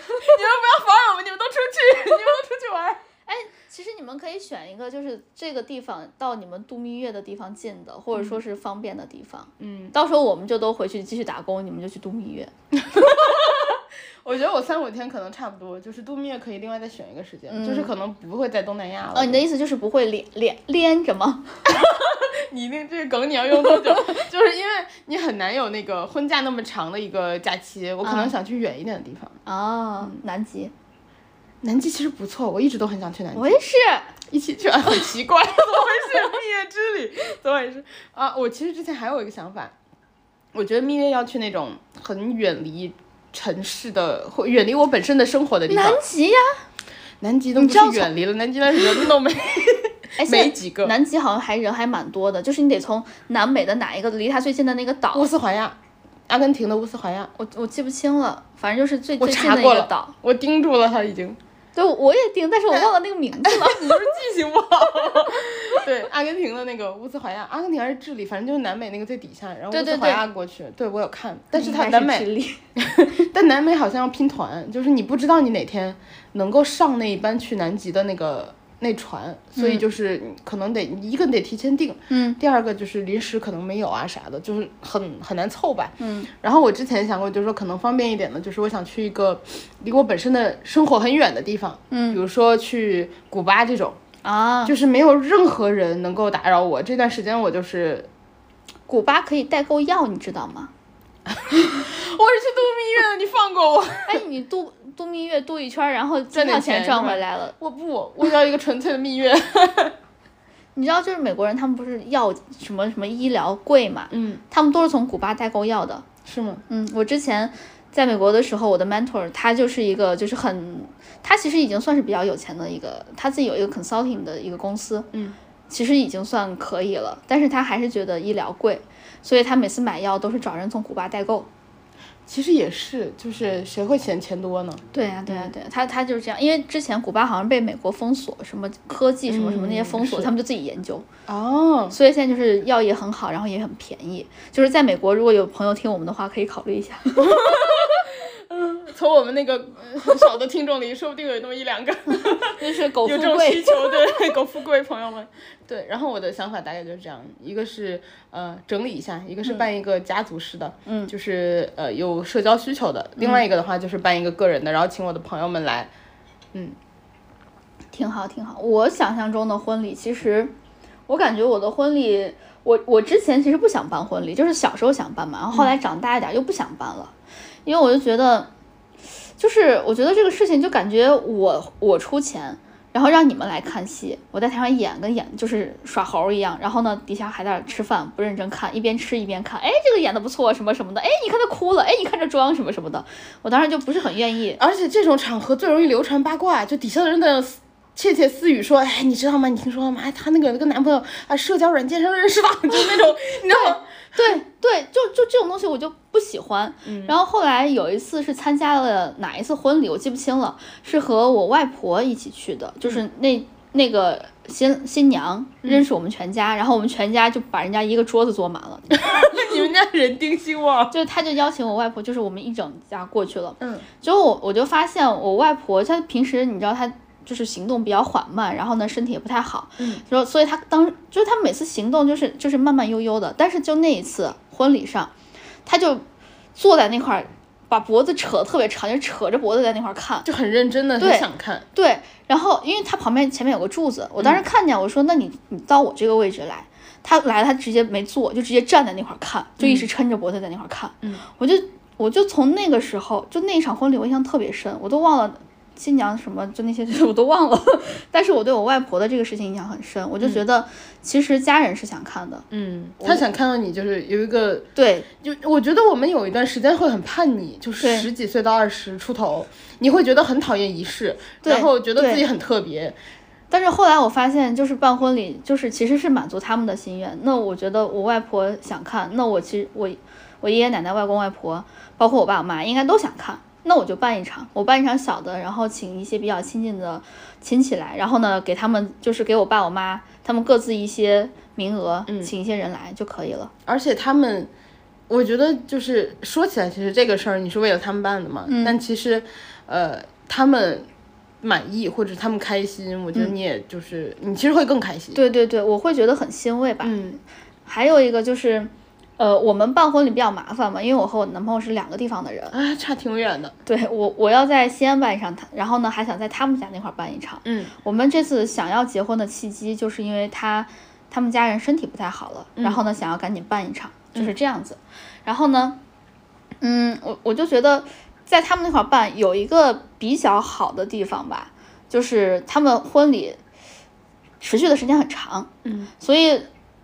S2: 要妨碍我们，你们都出去， 你们都出去玩。
S1: 哎，其实你们可以选一个，就是这个地方到你们度蜜月的地方近的，或者说是方便的地方。
S2: 嗯，
S1: 到时候我们就都回去继续打工，你们就去度蜜月。
S2: 我觉得我三五天可能差不多，就是度蜜月可以另外再选一个时间，就是可能不会在东南亚了。
S1: 哦，你的意思就是不会连连连着吗？
S2: 你那这个梗你要用多久？ 就是因为你很难有那个婚假那么长的一个假期，我可能想去远一点的地方。
S1: 啊，
S2: 嗯
S1: 南极，
S2: 南极其实不错，我一直都很想去南极。
S1: 我也是。
S2: 一起去啊，很奇怪，怎么回事？蜜月之旅， 怎么回事啊？我其实之前还有一个想法，我觉得蜜月要去那种很远离城市的，或远离我本身的生活的地方
S1: 南。极呀、
S2: 南极都不
S1: 你知道
S2: 是远离了，南极那人都没。
S1: 哎，
S2: 没
S1: 现在
S2: 几个
S1: 南极好像还人还蛮多的，就是你得从南美的哪一个离它最近的那个岛，
S2: 乌
S1: 我
S2: 斯怀亚，阿根廷的乌斯怀亚，
S1: 我记不清了，反正就是最
S2: 我
S1: 最近
S2: 查
S1: 的一
S2: 过
S1: 个
S2: 了
S1: 岛。，
S2: 我盯住了他已经。
S1: 对，我也定，但是我忘了那个名字了。
S2: 你就是记性不好。 对，阿根廷的那个乌斯怀亚，阿根廷还是智利，反正就是南美那个最底下，然后乌
S1: 对对对
S2: 斯怀亚过去。对我有看，但是
S1: 应
S2: 它
S1: 该
S2: 南
S1: 智
S2: 美，
S1: 利
S2: 但南美好像要拼团，就是你不知道你哪天能够上那一班去南极的那个那船，所以就是你可能得一个得提前订，
S1: 嗯，
S2: 第二个就是临时可能没有啊啥的，就是很很难凑吧。
S1: 嗯，
S2: 然后我之前想过，就是说可能方便一点的，就是我想去一个离我本身的生活很远的地方，
S1: 嗯
S2: 比如说去古巴这种。
S1: 啊，
S2: 就是没有任何人能够打扰我。这段时间我就是，
S1: 古巴可以代购药，你知道吗？
S2: 我是去度蜜月的，啊你放过我！
S1: 哎，你度度蜜月度一圈儿，然后机
S2: 赚点
S1: 票
S2: 钱
S1: 钱
S2: 是
S1: 赚
S2: 吧
S1: 回来了。
S2: 我不，我要一个纯粹的蜜月。
S1: 你知道，就是美国人他们不是药什么什么医疗贵嘛，
S2: 嗯，
S1: 他们都是从古巴代购药的。
S2: 是吗？
S1: 嗯，我之前在美国的时候，我的 mentor 他就是一个就是很，他其实已经算是比较有钱的一个，他自己有一个 consulting 的一个公司，
S2: 嗯，
S1: 其实已经算可以了，但是他还是觉得医疗贵，所以他每次买药都是找人从古巴代购。
S2: 其实也是，就是
S1: 嗯
S2: 谁会嫌钱多呢？
S1: 对呀、对呀、对呀、嗯他他就是这样，因为之前古巴好像被美国封锁，什么科技什么什么那些
S2: 嗯
S1: 封锁，
S2: 是
S1: 他们就自己研究，
S2: 哦，
S1: 所以现在就是药也很好，然后也很便宜。就是在美国，如果有朋友听我们的话，可以考虑 一下。
S2: 从我们那个呃 很少的听众里，说不定有那么一两个
S1: 就是狗
S2: 有
S1: 富
S2: 这种
S1: 贵，
S2: 需求 对，狗富贵朋友们。对，然后我的想法大概就是这样，一个是呃整理一下，一个
S1: 嗯
S2: 是办一个家族式的，嗯，就是呃有社交需求
S1: 嗯
S2: 的，另外一个的话就是办一个个人的，然后请我的朋友们来，
S1: 挺好挺好。我想象中的婚礼，其实我感觉我的婚礼，我我之前其实不想办婚礼，就是小时候想办嘛，然后后来长大一点又不想办了，因为我就觉得，就是我觉得这个事情就感觉我我出钱。然后让你们来看戏，我在台上演跟演就是耍猴一样，然后呢底下还在那儿吃饭，不认真看，一边吃一边看，哎这个演的不错什么什么的，哎你看他哭了，哎你看这妆什么什么的，我当时就不是很愿意，
S2: 而且这种场合最容易流传八卦，就底下的人的私窃窃私语说：“哎，你知道吗？你听说了吗？哎，她那个跟男朋友啊，社交软件上认识的，就那种，你知道吗？
S1: 对对，就就这种东西我就不喜欢。然后后来有一次是参加了哪一次婚礼，我记不清了，是和我外婆一起去的，就是那、那个新新娘认识我们全家，然后我们全家就把人家一个桌子坐满了，
S2: 你们家人丁兴旺。
S1: 就是他就邀请我外婆，就是我们一整家过去了。
S2: 嗯，
S1: 结果我我就发现我外婆她平时你知道她。就是行动比较缓慢，然后呢身体也不太好，然后所以他当就是他每次行动就是就是慢慢悠悠的，但是就那一次婚礼上，他就坐在那块儿，把脖子扯得特别长，就扯着脖子在那块儿看，
S2: 就很认真的很
S1: 对
S2: 想看，
S1: 对，然后因为他旁边前面有个柱子，我当时看见，我说那你你到我这个位置来。他来了，他直接没坐，就直接站在那块儿看，就一直撑着脖子在那块儿看。
S2: 嗯，
S1: 我就我就从那个时候，就那一场婚礼，我印象特别深，我都忘了新娘什么，就那些我都忘了。 但是我对我外婆的这个事情印象很深，我就觉得其实家人是想看的，
S2: 嗯，他想看到你就是有一个，
S1: 对
S2: 就我觉得我们有一段时间会很叛逆，就是
S1: 对
S2: 十几岁到二十出头，你会觉得很讨厌仪式，
S1: 对
S2: 然后觉得
S1: 对
S2: 自己很特别，
S1: 但是后来我发现，就是办婚礼，就是其实是满足他们的心愿。那我觉得我外婆想看，那我其实我我爷爷奶奶、外公外婆，包括我爸我妈，应该都想看。那我就办一场，我办一场小的，然后请一些比较亲近的亲戚来，然后呢，给他们就是给我爸我妈他们各自一些名额，请一些人来就可以了。
S2: 而且他们，我觉得就是说起来，其实这个事儿你是为了他们办的嘛，但其实，呃，他们满意或者他们开心，我觉得你也就是、你其实会更开心。
S1: 对对对，我会觉得很欣慰吧。
S2: 嗯，
S1: 还有一个就是，呃，我们办婚礼比较麻烦嘛，因为我和我男朋友是两个地方的人。
S2: 啊，差挺远的。
S1: 对我，我要在西安办一场，他然后呢还想在他们家那块儿办一场。
S2: 嗯，
S1: 我们这次想要结婚的契机，就是因为他他们家人身体不太好了，然
S2: 嗯
S1: 后呢想要赶紧办一场，就是这样子。然后呢，嗯，我我就觉得在他们那块儿办有一个比较好的地方吧，就是他们婚礼持续的时间很长，
S2: 嗯，
S1: 所以。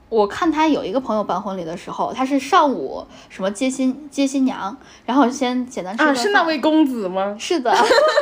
S1: 我看他有一个朋友办婚礼的时候，他是上午什么接新接新娘，然后先简单吃
S2: 啊，
S1: 顿
S2: 是那
S1: 饭
S2: 位公子吗？
S1: 是的，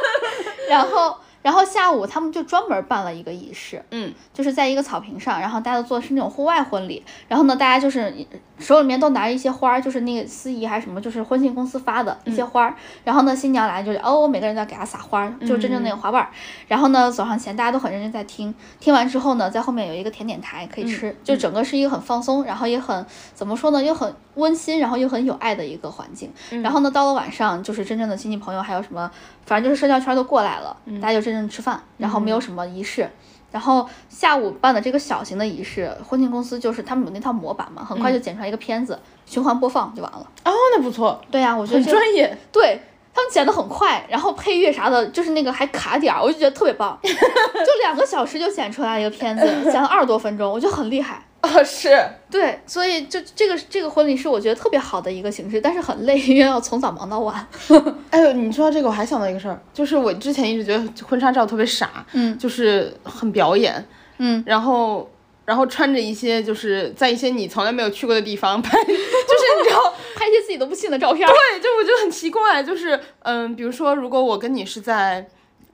S1: 然后然后下午他们就专门办了一个仪式，
S2: 嗯，
S1: 就是在一个草坪上，然后大家都做的是那种户外婚礼，然后呢，大家就是手里面都拿着一些花儿，就是那个司仪还是什么，就是婚庆公司发的一些花儿，然后呢，新娘来就是哦，每个人都要给她撒花儿，就真正那个花瓣儿，然后呢，走上前大家都很认真在听，听完之后呢，在后面有一个甜点台可以吃，就整个是一个很放松，然后也很怎么说呢，又很温馨，然后又很有爱的一个环境。然后呢，到了晚上，就是真正的亲戚朋友还有什么，反正就是社交圈都过来了，大家就真正吃饭，然后没有什么仪式。然后下午办的这个小型的仪式，婚庆公司就是他们有那套模板嘛，很快就剪出来一个片子，循环播放就完了。
S2: 哦，那不错，
S1: 对啊呀、我觉得
S2: 很
S1: 这个
S2: 专 业。
S1: 对他们剪的很快，然后配乐啥的，就是那个还卡点儿，我就觉得特别 棒，就两个小时就剪出来一个片子， 剪了二十多分钟，我觉得很厉害。
S2: 啊，是。
S1: 对，所以就这个这个婚礼是我觉得特别好的一个形式，但是很累，因为要从早忙到 晚。
S2: 哎呦，你说到这个，我还想到一个事儿，就是我之前一直觉得婚纱照特别傻，
S1: 嗯
S2: 就是很表演，
S1: 嗯，
S2: 然后然后穿着一些就是在一些你从来没有去过的地方 拍，就是你知道，
S1: 拍一些自己都不信的照片。
S2: 对，就我觉得很奇怪，就是嗯，比如说如果我跟你是在。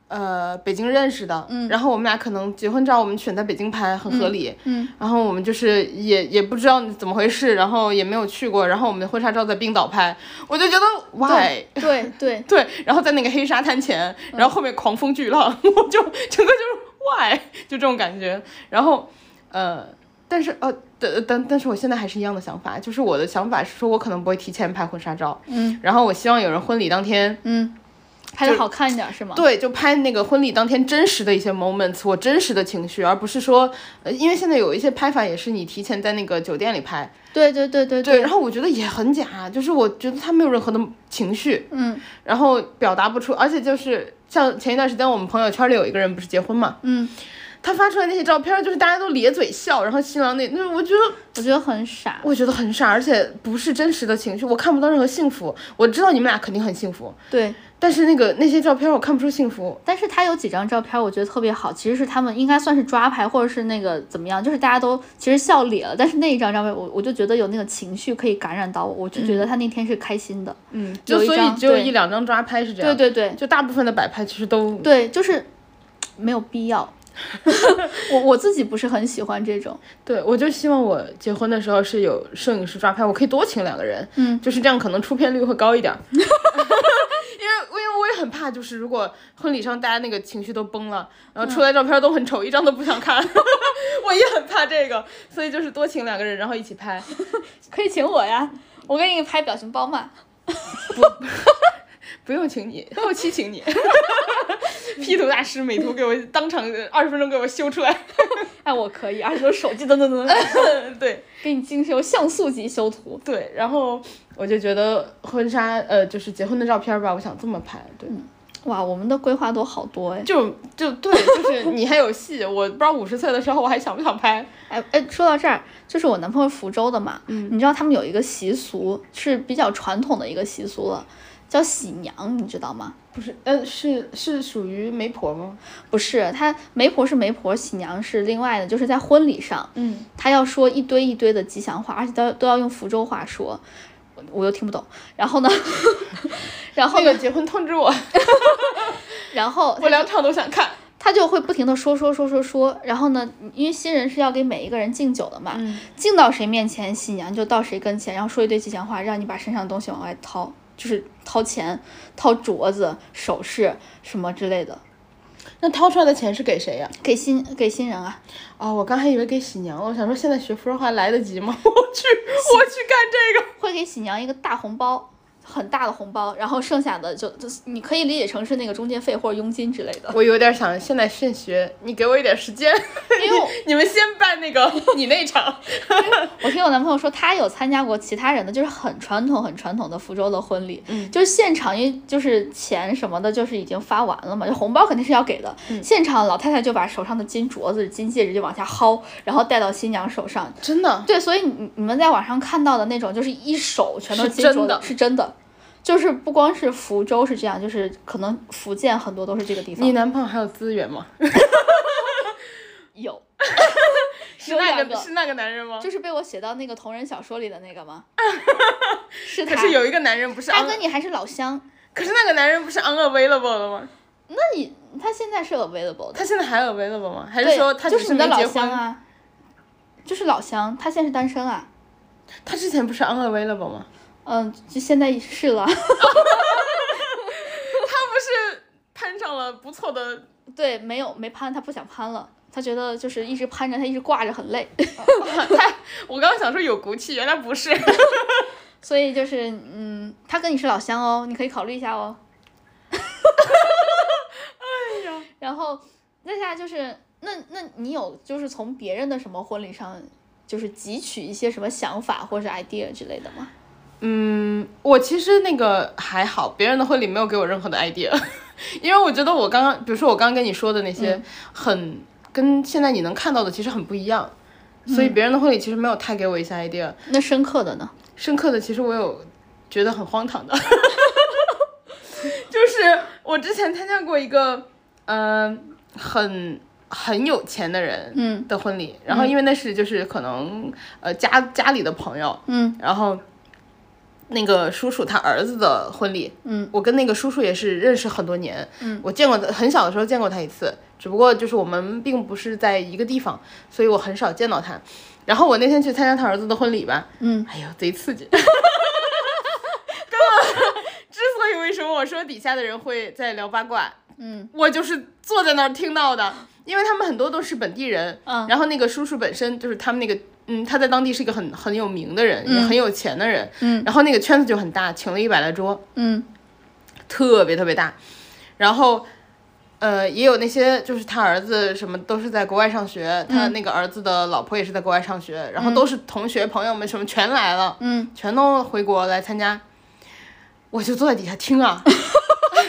S2: 呃，北京认识的，嗯，然后我们俩可能结婚照我们选在北京拍，很合理，
S1: 嗯，
S2: 然后我们就是也也不知道怎么回事，然后也没有去过，然后我们的婚纱照在冰岛拍，我就觉得 why，
S1: 对对，
S2: 对，然后在那个黑沙滩前，然后后面狂风巨浪， 我就整个就是 why 就这种感觉。然后，呃，但是呃，但但但是我现在还是一样的想法，就是我的想法是说我可能不会提前拍婚纱照，
S1: 嗯
S2: 然后我希望有人婚礼当天，
S1: 嗯，拍的好看一点是吗？
S2: 对，就拍那个婚礼当天真实的一些 moments，我真实的情绪，而不是说，呃，因为现在有一些拍法也是你提前在那个酒店里拍，
S1: 对对对对
S2: 对，然后我觉得也很假，就是我觉得他没有任何的情绪，
S1: 嗯
S2: 然后表达不出，而且就是像前一段时间我们朋友圈里有一个人不是结婚嘛，
S1: 嗯，
S2: 他发出来那些照片儿，就是大家都咧嘴笑，然后新郎那那我觉得
S1: 我觉得很傻。
S2: 我觉得很傻，而且不是真实的情绪，我看不到任何幸福。我知道你们俩肯定很幸福，
S1: 对，
S2: 但是那个那些照片儿我看不出幸福。
S1: 但是他有几张照片，我觉得特别好，其实是他们应该算是抓拍，或者是那个怎么样，就是大家都其实笑咧了，但是那一张照片我，我就觉得有那个情绪可以感染到我，我就觉得他那天是开心的。
S2: 嗯，
S1: 有
S2: 就
S1: 一
S2: 所以
S1: 张
S2: 只有
S1: 对
S2: 一两张抓拍是这样，
S1: 对对对
S2: 就大部分的摆拍其实都
S1: 对，就是没有必 要。我我自己不是很喜欢这种，
S2: 对我就希望我结婚的时候是有摄影师抓拍，我可以多请两个人，
S1: 嗯
S2: 就是这样，可能出片率会高一点儿。因为因为我也很怕，就是如果婚礼上大家那个情绪都崩了，然后出来照片都很丑，一张都不想看， 我也很怕这个，所以就是多请两个人，然后一起拍。
S1: 可以请我呀，我给你拍表情包嘛。
S2: 不用请你，后期请你。P 图大师美图给我当场二十分钟给我修出来。
S1: 哎，我可以，而且我手机噔噔噔 噔
S2: 对
S1: 给你精修像素级修图。
S2: 对，然后我就觉得婚纱呃就是结婚的照片吧，我想这么拍。对，
S1: 哇，我们的规划都好多哎。
S2: 就就对，就是你还有戏，我不知道五十岁的时候我还想不想拍。
S1: 哎哎，说到这儿，就是我男朋友福州的嘛，你知道他们有一个习俗是比较传统的一个习俗了，叫喜娘，你知道吗？
S2: 不是，呃，是是属于媒婆吗？
S1: 不是，他媒婆是媒婆，喜娘是另外的，就是在婚礼上，
S2: 嗯，
S1: 他要说一堆一堆的吉祥话，而且都都要用福州话说，我我又听不懂。然后呢， 然后
S2: 那个结婚通知 我，
S1: 然后
S2: 我两场都想看。
S1: 他就会不停的说说说说说，然后呢，因为新人是要给每一个人敬酒的嘛，
S2: 嗯
S1: 敬到谁面前，新娘就到谁跟前，然后说一堆吉祥话，让你把身上的东西往外掏，就是掏钱、掏镯子、首饰什么之类的，
S2: 那掏出来的钱是给谁呀、
S1: 给新给新人啊。
S2: 哦，我刚还以为给喜娘了，我想说现在学福州话来得及吗？ 我去，我去干这个。
S1: 会给喜娘一个大红包，很大的红包，然后剩下的就就是你可以理解成是那个中介费或者佣金之类 的。
S2: 我有点想现在现学，你给我一点时间，
S1: 因为我
S2: 你们先办那个你那场。
S1: 我听我男朋友说，他有参加过其他人的，就是很传统、很传统的福州的婚礼，就是现场，因为就是钱什么的，就是已经发完了嘛，就红包肯定是要给的。现场老太太就把手上的金镯子、金戒指就往下薅，然后戴到新娘手上。
S2: 真的，
S1: 对，所以你你们在网上看到的那种，就是一手全都
S2: 是
S1: 金镯
S2: 真
S1: 子
S2: 的，
S1: 是真的。就是不光是福州是这样，就是可能福建很多都是这个地 方
S2: 你男朋友还有资源吗？
S1: 有，
S2: 是
S1: 有
S2: 那
S1: 两
S2: 个
S1: 个，
S2: 是那个男人吗？
S1: 就是被我写到那个同人小说里的那个 吗？是
S2: 可
S1: 他，
S2: 是有嗯一个男人不是
S1: 他
S2: on，
S1: 跟你还是老乡。
S2: 可是那个男人不是 unavailable 了吗？
S1: 那你他现在是 available 的，
S2: 他现在还 available 吗？还
S1: 对，
S2: 是说他
S1: 就
S2: 只
S1: 是你
S2: 没
S1: 的老
S2: 结婚？
S1: 乡啊，就是老乡，他现在是单身啊，
S2: 他之前不是 unavailable 吗？
S1: 嗯，就现在是了，
S2: 他不是攀上了不错的
S1: 对，没有没攀，他不想攀了，他觉得就是一直攀着，他一直挂着很累，
S2: 我刚刚想说有骨气，原来不是。
S1: 所以就是嗯，他跟你是老乡哦，你可以考虑一下哦。 哎呀，然后再下来就是那那你有就是从别人的什么婚礼上就是汲取一些什么想法或是 idea 之类的吗？
S2: 嗯， 我其实那个还好，别人的婚礼没有给我任何的 idea，因 为我觉得我刚刚，比如说我刚刚跟你说的那些，很跟现在你能看到的其实很不一样，所以别人的婚礼其实没有太给我一些 idea。
S1: 那深刻的呢？
S2: 深刻的，其实我有觉得很荒唐的， 就是我之前参加过一个，嗯、很很有钱的人
S1: 嗯
S2: 的婚礼，然后因为那是就是可能呃家家里的朋友，
S1: 嗯。
S2: 然后那个叔叔他儿子的婚礼，
S1: 嗯，
S2: 我跟那个叔叔也是认识很多年，嗯，我见过他，很小的时候见过他一次，只不过就是我们并不是在一个地方，所以我很少见到他。然后我那天去参加他儿子的婚礼吧，
S1: 嗯，
S2: 哎呦，贼刺激。根本，之所以为什么我说底下的人会在聊八卦，
S1: 嗯，
S2: 我就是坐在那儿听到的，因为他们很多都是本地人，
S1: 嗯
S2: 然后那个叔叔本身就是他们那个，嗯，他在当地是一个很很有名的人，也很有钱的人，
S1: 嗯，
S2: 然后那个圈子就很大，请了一百来桌，
S1: 嗯
S2: 特别特别大，然后。呃，也有那些就是他儿子什么都是在国外上学，他那个儿子的老婆也是在国外上学，然后都是同学朋友们什么全来了，
S1: 嗯，
S2: 全都回国来参加，我就坐在底下听啊，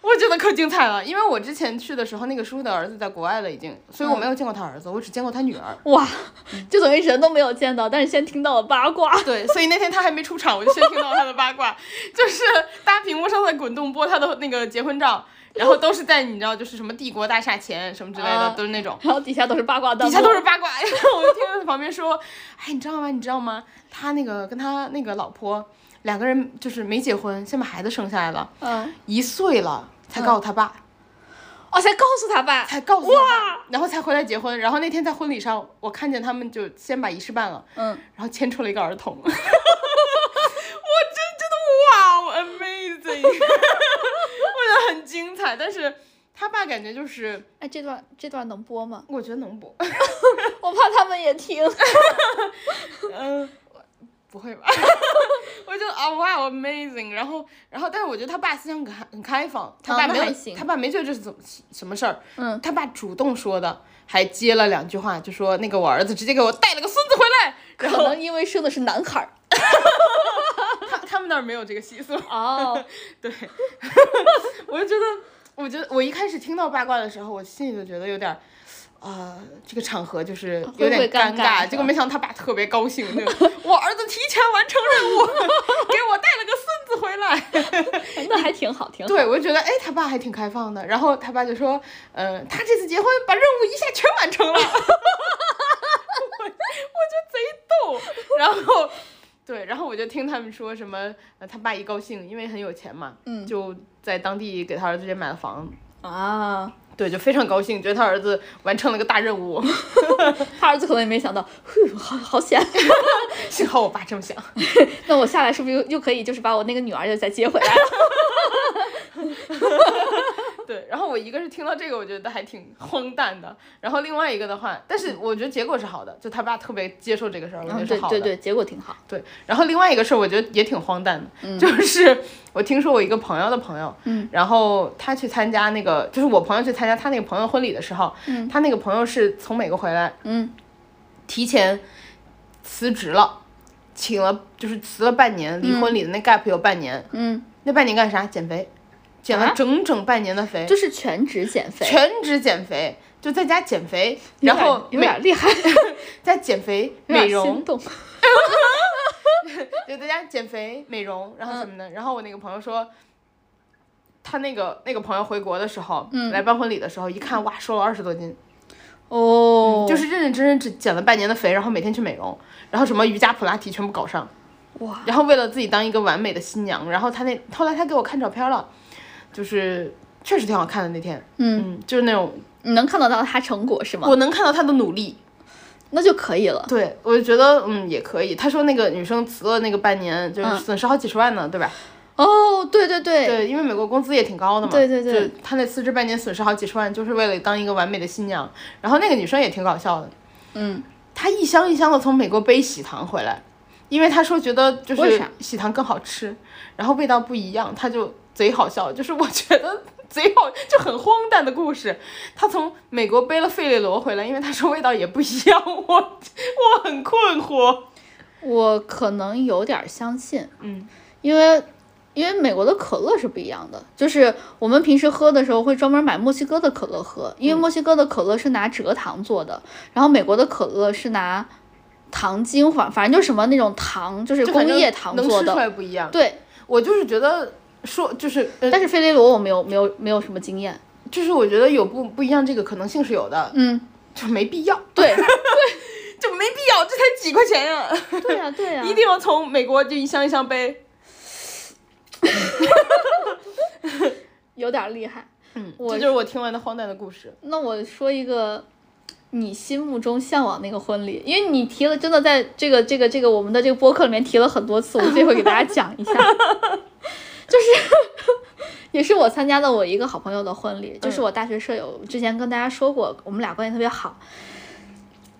S2: 我觉得可精彩了。因为我之前去的时候，那个叔叔的儿子在国外了已经，所以我没有见过他儿子，我只见过他女儿。
S1: 哇， 就等于人都没有见到，但是先听到了八卦。
S2: 对，所以那天他还没出场，我就先听到他的八卦， 就是大屏幕上在滚动播他的那个结婚照，然后都是在你知道就是什么帝国大厦前什么之类的，
S1: 啊
S2: 都是那种。
S1: 然后底下都是八卦弹
S2: 底
S1: 幕，
S2: 下都是八卦， 然后我就听到旁边说，哎，你知道吗？你知道吗？他那个跟他那个老婆两个人就是没结婚，先把孩子生下来了，
S1: 嗯，
S2: 一岁了才告诉他爸，
S1: 哦，才告诉他吧，
S2: 才告诉他爸，然后才回来结婚。然后那天在婚礼上，我看见他们就先把仪式办了，
S1: 嗯，
S2: 然后牵出了一个儿童。我 真觉得哇，amazing，我觉得很精彩。但是他爸感觉就是，
S1: 哎，这段这段能播吗？
S2: 我觉得能播，
S1: 我怕他们也听。
S2: 嗯。不会吧？ 我就啊哇、amazing，然后然后，但是我觉得他爸思想很开很开放，他
S1: 啊
S2: 爸
S1: 那
S2: 没有、
S1: 还行
S2: 他爸没觉得这是怎么什么事儿，
S1: 嗯，
S2: 他爸主动说的，还接了两句话，就说那个我儿子直接给我带了个孙子回来，
S1: 可
S2: 然后
S1: 能因为生的是男孩儿
S2: 他他们那儿没有这个习俗，
S1: 哦，
S2: 对，我就觉得，我觉得我一开始听到八卦的时候，我心里就觉得有点儿。啊、这个场合就是有
S1: 会不
S2: 点
S1: 会
S2: 尴
S1: 尴尬是吧
S2: 结果没想到他爸特别高兴， 就我儿子提前完成任务，给我带了个孙子 回来。
S1: 那还挺好，挺好。
S2: 对，我就觉得，哎，他爸还挺开放的。然后他爸就说，呃，他这次结婚把任务一下全 完成了，我我就贼逗。然后，对，然后我就听他们说什么，呃，他爸一高兴，因为很有钱嘛，
S1: 嗯
S2: 就在当地给他儿子直接买了房。
S1: 啊，
S2: 对，就非常高兴，觉得他儿子完成了个大任务。
S1: 他儿子可能也没想到， 呼，好好险。
S2: 幸好我爸这么想。
S1: 那我下来是不是又又可以就是把我那个女儿又再接回来？
S2: 对，然后我一个是听到这个，我觉得还挺荒诞的。然后另外一个的话，但是我觉得结果是好的，就他爸特别接受这个事儿，我觉
S1: 嗯，
S2: 得是
S1: 对
S2: 好
S1: 对
S2: 的。
S1: 对，结果挺好。
S2: 对，然后另外一个事儿，我觉得也挺荒诞的， 就是我听说我一个朋友的朋友，
S1: 嗯
S2: 然后他去参加那个，就是我朋友去参加他那个朋友婚礼的时候，
S1: 嗯
S2: 他那个朋友是从美国回来，
S1: 嗯，
S2: 提前辞职了，请了就是辞了半年，离婚礼的那 gap 有半年，
S1: 嗯，
S2: 那半年干啥？减肥，减了
S1: 啊
S2: 整整半年的肥，
S1: 就是全职减肥，
S2: 哎全职减肥，就在家减肥，
S1: 有
S2: 然
S1: 点
S2: 后
S1: 有
S2: 美
S1: 点厉害，
S2: 在减肥
S1: 有点
S2: 美容
S1: 心，动。
S2: 就在家减肥、美容，
S1: 嗯
S2: 然后什么的。然后我那个朋友说，他那个那个朋友回国的时候，
S1: 嗯
S2: 来办婚礼的时候，一看哇，瘦了二十多斤，
S1: 哦，
S2: 就是认认真真只减了半年的肥，然后每天去美容，然后什么瑜伽、普拉提全部搞上，
S1: 哇，
S2: 然后为了自己当一个完美的新娘，然后他那后来他给我看照片了，就是确实挺好看的那天，
S1: 嗯，
S2: 嗯，就是那种
S1: 你能看得到他成果是吗？
S2: 我能看到他的努力，
S1: 那就可以了。
S2: 对我就觉得嗯也可以。他说那个女生辞了那个半年，就是
S1: 嗯
S2: 损失好几十万呢，对吧？
S1: 哦，对对对，
S2: 对，因为美国工资也挺高的嘛。
S1: 对对对，
S2: 他那辞职半年损失好几十万，就是为了当一个完美的新娘。然后那个女生也挺搞笑的，
S1: 嗯，
S2: 她一箱一箱的从美国背喜糖回来，因为她说觉得就
S1: 为
S2: 是
S1: 啥
S2: 喜糖更好吃，然后味道不一样，她就贼好笑。就是我觉得贼好，就很荒诞的故事。她从美国背了费列罗回来，因为她说味道也不一样，我我很困惑。
S1: 我可能有点相信，
S2: 嗯，
S1: 因为因为美国的可乐是不一样的，就是我们平时喝的时候会专门买墨西哥的可乐喝，
S2: 嗯
S1: 因为墨西哥的可乐是拿蔗糖做的，然后美国的可乐是拿糖精反反正就是什么那种糖，就是
S2: 就反
S1: 工
S2: 正
S1: 业糖
S2: 能
S1: 做
S2: 吃出
S1: 的。
S2: 来不一样。
S1: 对，
S2: 我就是觉得说就是，呃
S1: 但是费雷罗我没有没有没有什么经验。
S2: 就是我觉得有不不一样这个可能性是有的，
S1: 嗯，
S2: 就没必要，
S1: 对
S2: 就没必要，这才几块钱呀、
S1: 对呀、对呀、啊
S2: 一定要从美国就一箱一箱背。
S1: 有点厉害。
S2: 嗯，
S1: 我
S2: 这就是我听完的荒诞的故事。
S1: 那我说一个，你心目中向往那个婚礼，因为你提了，真的在这个这个这个我们的这个播客里面提了很多次，我这回给大家讲一下，就是也是我 参加的我一个好朋友的婚礼，就是我大学舍友，之前跟大家说过，我们俩关系特别好。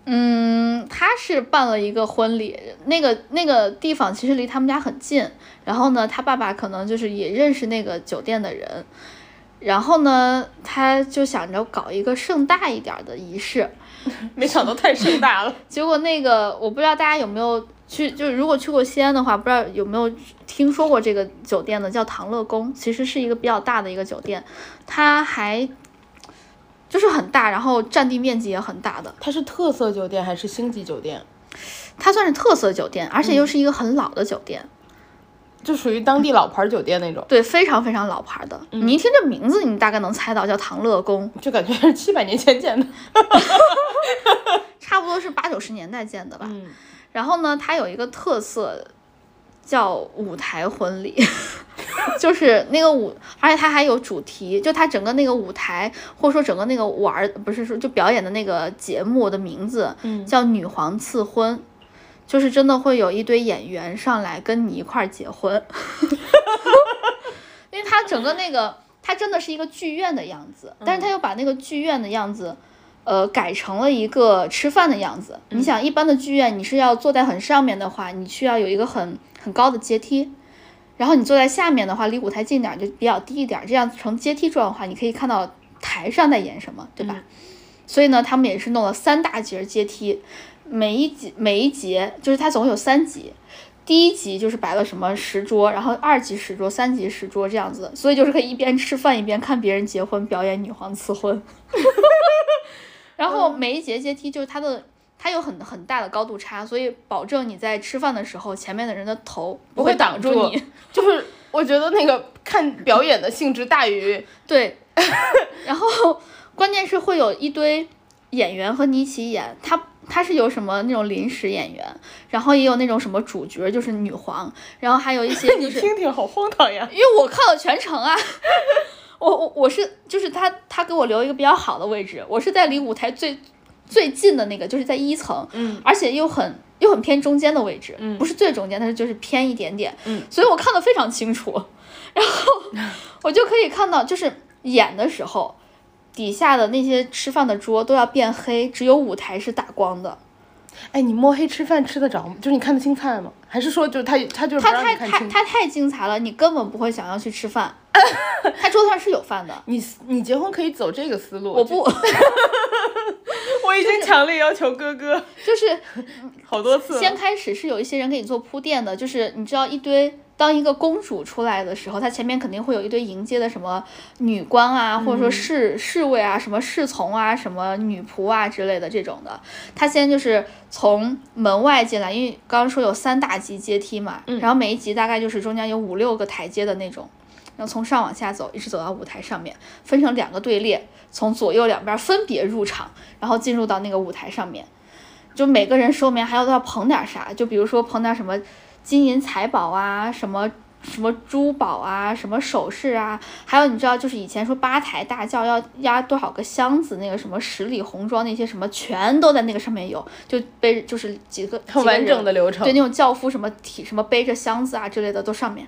S1: 嗯，他是办了一个婚礼，那个那个地方其实离他们家很近，然后呢，他爸爸可能就是也认识那个酒店的人，然后呢，他就想着搞一个盛大一点儿的仪式。
S2: 没想到太盛大了。
S1: 结果那个我不知道大家有没有去，就是如果去过西安的话，不知道有没有听说过这个酒店呢？叫唐乐宫，其实是一个比较大的一个酒店，它还就是很大，然后占地面积也很大的，
S2: 它是特色酒店还是星级酒店？
S1: 它算是特色酒店，而且又是一个很老的酒店，
S2: 就属于当地老牌酒店那种，
S1: 对，非常非常老牌的。你一听这名字，你大概能猜到叫唐乐宫，
S2: 就感觉是七百年前建的。
S1: 差不多是八九十年代建的吧。
S2: 嗯
S1: 然后呢，它有一个特色叫舞台婚礼， 就是那个舞，而且它还有主题，就它整个那个舞台，或者说整个那个玩儿，不是说就表演的那个节目的名字
S2: 嗯
S1: 叫《女皇赐婚》。就是真的会有一堆演员上来跟你一块儿结婚， 因
S2: 嗯
S1: 为它整个那个它真的是一个剧院的样子，但是它又把那个剧院的样子呃改成了一个吃饭的样子。你想，一般的剧院你是要坐在很上面的话，你需要有一个很很高的阶梯。然后你坐在下面的话，离舞台近点儿就比较低一点儿，这样呈阶梯状的话，你可以看到台上在演什么，对
S2: 嗯
S1: 吧？所以呢，他们也是弄了三大节阶梯，每一集每一节就是它总共有三集，第一集就是摆了什么十桌，然后二级十桌、三级十桌这样子，所以就是可以一边吃饭一边看别人结婚，表演女皇赐婚。 然后每一节阶梯就是它的，它有很很大的高度差，所以保证你在吃饭的时候，前面的人的头
S2: 不
S1: 会
S2: 会挡
S1: 住
S2: 住
S1: 你。
S2: 就是我觉得那个看表演的性质大于
S1: 对， 然后关键是会有一堆演员和你一起演，他他是有什么那种临时演员，然后也有那种什么主角，就是女皇，然后还有一些就
S2: 你
S1: 是
S2: 听听，好荒唐呀！
S1: 因为我看了全程啊。 我我我是就是他他给我留一个比较好的位置，我是在离舞台最最近的那个，就是在一层，
S2: 嗯，
S1: 而且又很又很偏中间的位置，
S2: 嗯
S1: 不是最中间，但是就是偏一点点，
S2: 嗯，
S1: 所以我看得非常清楚， 然后 我就可以看到，就是演的时候，底下的那些吃饭的桌都要变黑，只有舞台是打光的，
S2: 哎，你摸黑吃饭吃得着吗？就是你看得清菜吗？还是说就是他他就是
S1: 它
S2: 不让
S1: 太
S2: 你看
S1: 太
S2: 清？
S1: 它太精彩了，你根本不会想要去吃 饭，他桌子上是有饭的。
S2: 你你结婚可以走这个思路，
S1: 我不，
S2: 我已经强烈要求哥哥
S1: 就是
S2: 好多次了。
S1: 先开始是有一些人给你做铺垫的，就是你知道一堆。当一个公主出来的时候，她前面肯定会有一堆迎接的什么女官啊，或者说侍侍卫啊、什么侍从啊、什么女仆啊之类的这种的。她先就是从门外进来，因为刚刚说有三大级阶梯嘛，然后每一级大概就是中间有五六个台阶的那种，然后从上往下走，一直走到舞台上面，分成两个队列，从左右两边分别入场，然后进入到那个舞台上面。就每个人手里面还要都要捧点啥，就比如说捧点什么金银财宝啊，什么什么珠宝啊，什么首饰啊，还有你知道就是以前说八抬大轿要压多少个箱子，那个什么十里红妆那些什么全都在那个上面有，就被就是几个
S2: 很完整
S1: 的。
S2: 的流程
S1: 对，那种轿夫什么提什么背着箱子啊之类的都上面，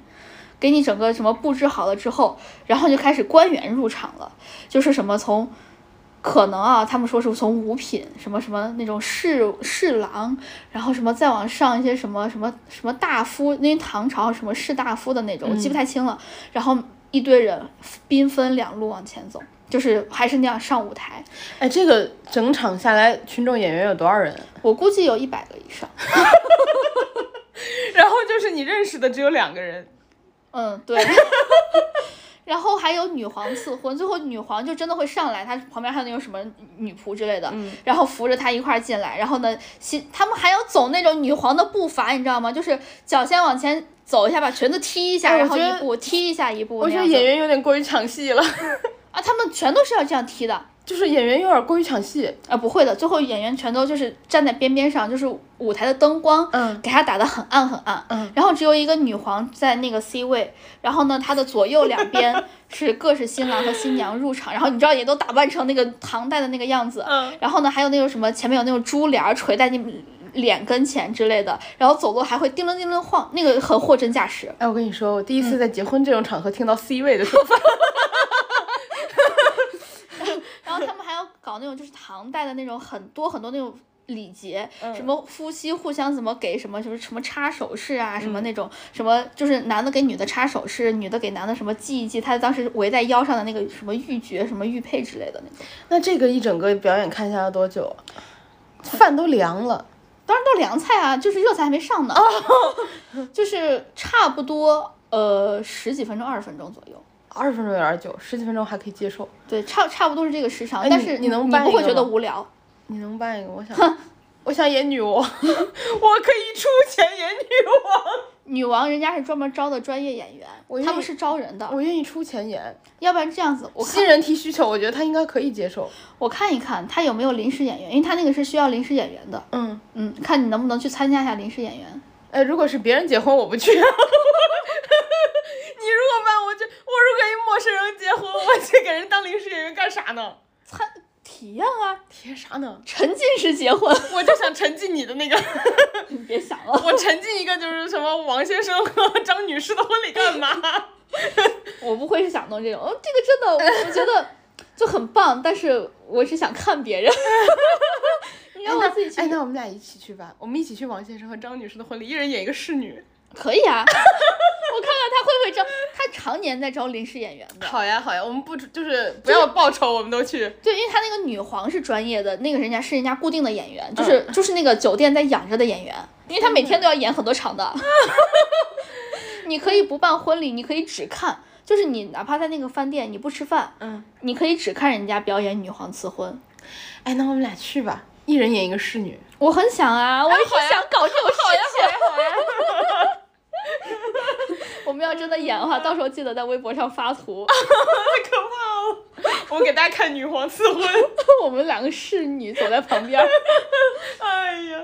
S1: 给你整个什么布置好了之后，然后就开始官员入场了，就是什么从。可能啊，他们说是从五品什么什么那种侍侍郎，然后什么再往上一些什么什么什么大夫，因为唐朝什么士大夫的那种，我记不太清了。然后一堆人兵分两路往前走，就是还是那样上舞台。
S2: 哎，这个整场下来，群众演员有多少人？
S1: 我估计有一百个以上。
S2: 然后就是你认识的只有两个人，
S1: 嗯， 对。 然后还有女皇赐婚，最后女皇就真的会上来，她旁边还有那种什么女仆之类的，
S2: 嗯
S1: 然后扶着她一块儿进来。然后呢，新他们还要走那种女皇的步伐，你知道吗？就是脚先往前走一下，把裙子踢一下，
S2: 哎我
S1: 然后
S2: 觉
S1: 一
S2: 得
S1: 步踢一下一步
S2: 我
S1: 那
S2: 觉
S1: 样
S2: 得
S1: 子。
S2: 演员有点过于抢戏了，
S1: 啊，他们全都是要这样踢的。
S2: 就是演员有点过于抢戏。
S1: 啊，不会的，最后演员全都就是站在边边上，就是舞台的灯光，
S2: 嗯，
S1: 给他打得很暗很暗，
S2: 嗯，
S1: 然后只有一个女皇在那个 C 位，然后呢，她的左右两边是各是新郎和新娘入场，然后你知道也都打扮成那个唐代的那个样子，
S2: 嗯，
S1: 然后呢，还有那种什么前面有那种珠帘儿垂在你脸跟前之类的，然后走路还会叮铃叮铃晃，那个很货真价实。
S2: 哎，我跟你说，我第一
S1: 嗯
S2: 次在结婚这种场合听到 C 位的 说法，
S1: 然后他们还要搞那种就是唐代的那种很多很多那种礼节，
S2: 嗯
S1: 什么夫妻互相怎么给什么什么什么插首饰啊，
S2: 嗯
S1: 什么那种、什么就是男的给女的插首饰，女的给男的什么系一系，他当时围在腰上的那个什么玉珏、什么玉佩之类的那种，
S2: 那这个一整个表演看下来多久啊？饭都凉了，
S1: 当然都是凉菜啊，就是热菜还没上 呢，就是差不多呃十几分钟、二十分钟左右。
S2: 二十分钟有点久，十几分钟还可以接受。
S1: 对，差差不多是这个时长，
S2: 哎
S1: 但
S2: 你
S1: 是
S2: 你能
S1: 你
S2: 办
S1: 不
S2: 一
S1: 会
S2: 个
S1: 觉得
S2: 吗
S1: 无聊，
S2: 你能办一个？我想，我想演女 王，我可以出钱演女
S1: 女王人家是专门招的专业演员
S2: 我，
S1: 他
S2: 愿
S1: 们
S2: 意
S1: 是招人的
S2: 王，，我愿意出钱演。
S1: 要不然这样子， 我看
S2: 新人提需求，我觉得他应该可以接受。
S1: 我看一看他有没有临时演员，因为他那个是需要临时演员的。
S2: 嗯，
S1: 嗯，看你能不能去参加一下临时演员。
S2: 哎，如果是别人结婚，我不去。你如 果办，我就我如果一陌生人结婚，我去给人当临时演员干啥呢？
S1: 参体验啊，
S2: 体验啥呢？
S1: 沉浸式结婚，
S2: 我就想沉浸你的那个，
S1: 你别想了，
S2: 我沉浸一个就是什么王先生和张 女士的婚礼干嘛？哎
S1: 我不会是想弄这种。哦这个真的，我觉得就很棒，但是我只想看别人， 你让我自己去
S2: 哎，那我们俩一起去吧，我们一起去王先生和张女士的婚礼，一人演一个侍女。
S1: 可以啊，我看 看他会不会招，他常年在招临时演员的。
S2: 好呀，好呀，我们不就是不要报酬，我们都去。
S1: 对，因为他那个女皇是专业的，那个人家是人家固定的演员，就是、
S2: 嗯
S1: 就是那个酒店在养着的演员，因为他每天都要演很多场 的。你可以不办婚礼，你可以只看，就是你哪怕在那个饭店你不吃饭，
S2: 嗯，
S1: 你可以只看人家表演女皇赐婚。
S2: 哎，那我们俩去吧，一人演一个侍女。
S1: 我很想啊，我一
S2: 好呀
S1: 直想搞这种事情。
S2: 好呀，
S1: 我们要真的演的话，到时候记得在微博上发
S2: 啊
S1: 图，
S2: 太可怕了！ 我给大家看女皇赐婚。
S1: 我们两个侍女走在旁边儿。
S2: 哎呀，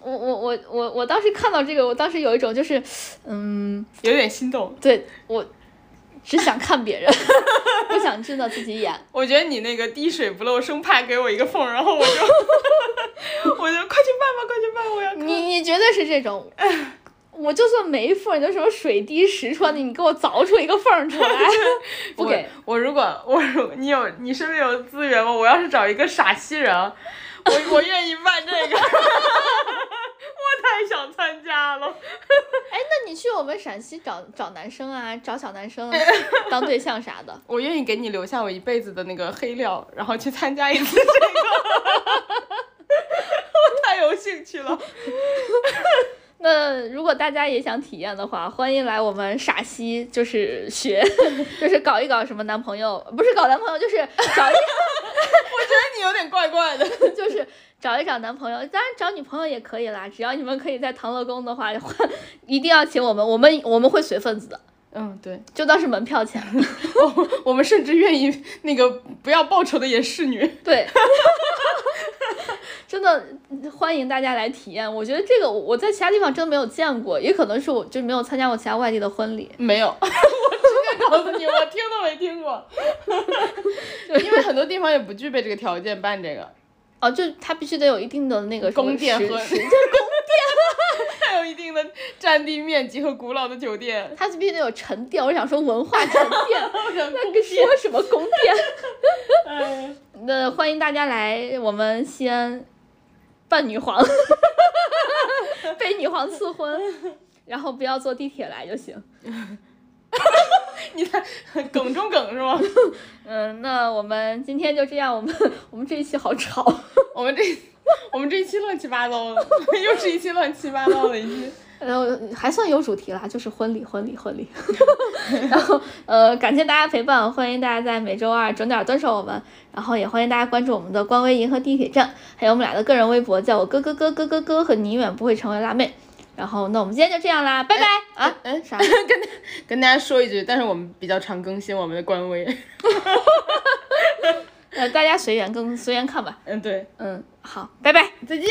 S1: 我我我我我当时看到这个，我当时有一种就是，嗯，
S2: 有点心动。
S1: 对我只想看别人， 不想真的自己演。
S2: 我觉得你那个滴水不漏，生怕给我一个缝，然后我就，我就 快去办吧，快去办，我要看。
S1: 你你绝对是这种，我就算没缝，你就什么水滴石穿的，你给我凿出一个缝儿出来，不给。哎
S2: 我。我如果我如你有你身边有资源吗？我要是找一个陕西人，啊我我愿意办这个。 我太想参加了。
S1: 哎，那你去我们陕西找找男生啊，找小男生当对象啥的。
S2: 我愿意给你留下我一辈子的那个黑料，然后去参加一次这个。 我太有兴趣了。
S1: 那如果大家也想体验的话，欢迎来我们陕西，就是学， 就是搞一搞什么男朋友，不是搞男朋友，就是找一
S2: 我觉得你有点怪怪的。
S1: 就是找一找男朋友，当然找女朋友也可以啦，只要你们可以在唐乐宫的话， 一定要请我们，我们我们会随份子的，
S2: 嗯，对，
S1: 就当是门票钱。
S2: 我 我们甚至愿意那个不要报酬的演侍女。
S1: 对， 真的欢迎大家来体验。我觉得这个我在其他地方真的没有见过，也可能是我就没有参加过其他外地的婚礼。
S2: 没有， 我直接告诉你，我听都没听过。因为很多地方也不具备这个条件办这个，
S1: 哦，就它必须得有一定的那个什么
S2: 宫殿
S1: 时
S2: 和
S1: 时
S2: 还有一定的占地面积和古老的酒店。
S1: 它必须得有沉淀。我想说文化沉淀， 那
S2: 那
S1: 个说什么宫殿？
S2: 哎，
S1: 那欢迎大家来我们西安扮女皇，被女皇赐婚，然后不要坐地铁来就行。
S2: 你看，梗中梗是吗？
S1: 嗯，那我们今天就这样，我们我们这一期好吵。
S2: 我们这我们这一期乱七八糟的，又是一期乱七八糟的一期。
S1: 然后呃还算有主题啦，就是婚礼，婚礼，婚 礼。然后呃，感谢大家陪伴，欢迎大家在每周二准点蹲守我们，然后也欢迎大家关注我们的官微“银河地铁站”，还有我们俩的个人微博，叫我哥哥哥哥哥哥和你永远不会成为辣妹。然后那我们今天就这样啦，拜拜、啊！
S2: 哎
S1: 啥？
S2: 跟大家说一句，但是我们比较常更新我们的官微。
S1: 呃，大家随缘更随缘看吧。
S2: 嗯，对，
S1: 嗯，好，拜拜。
S2: 再见。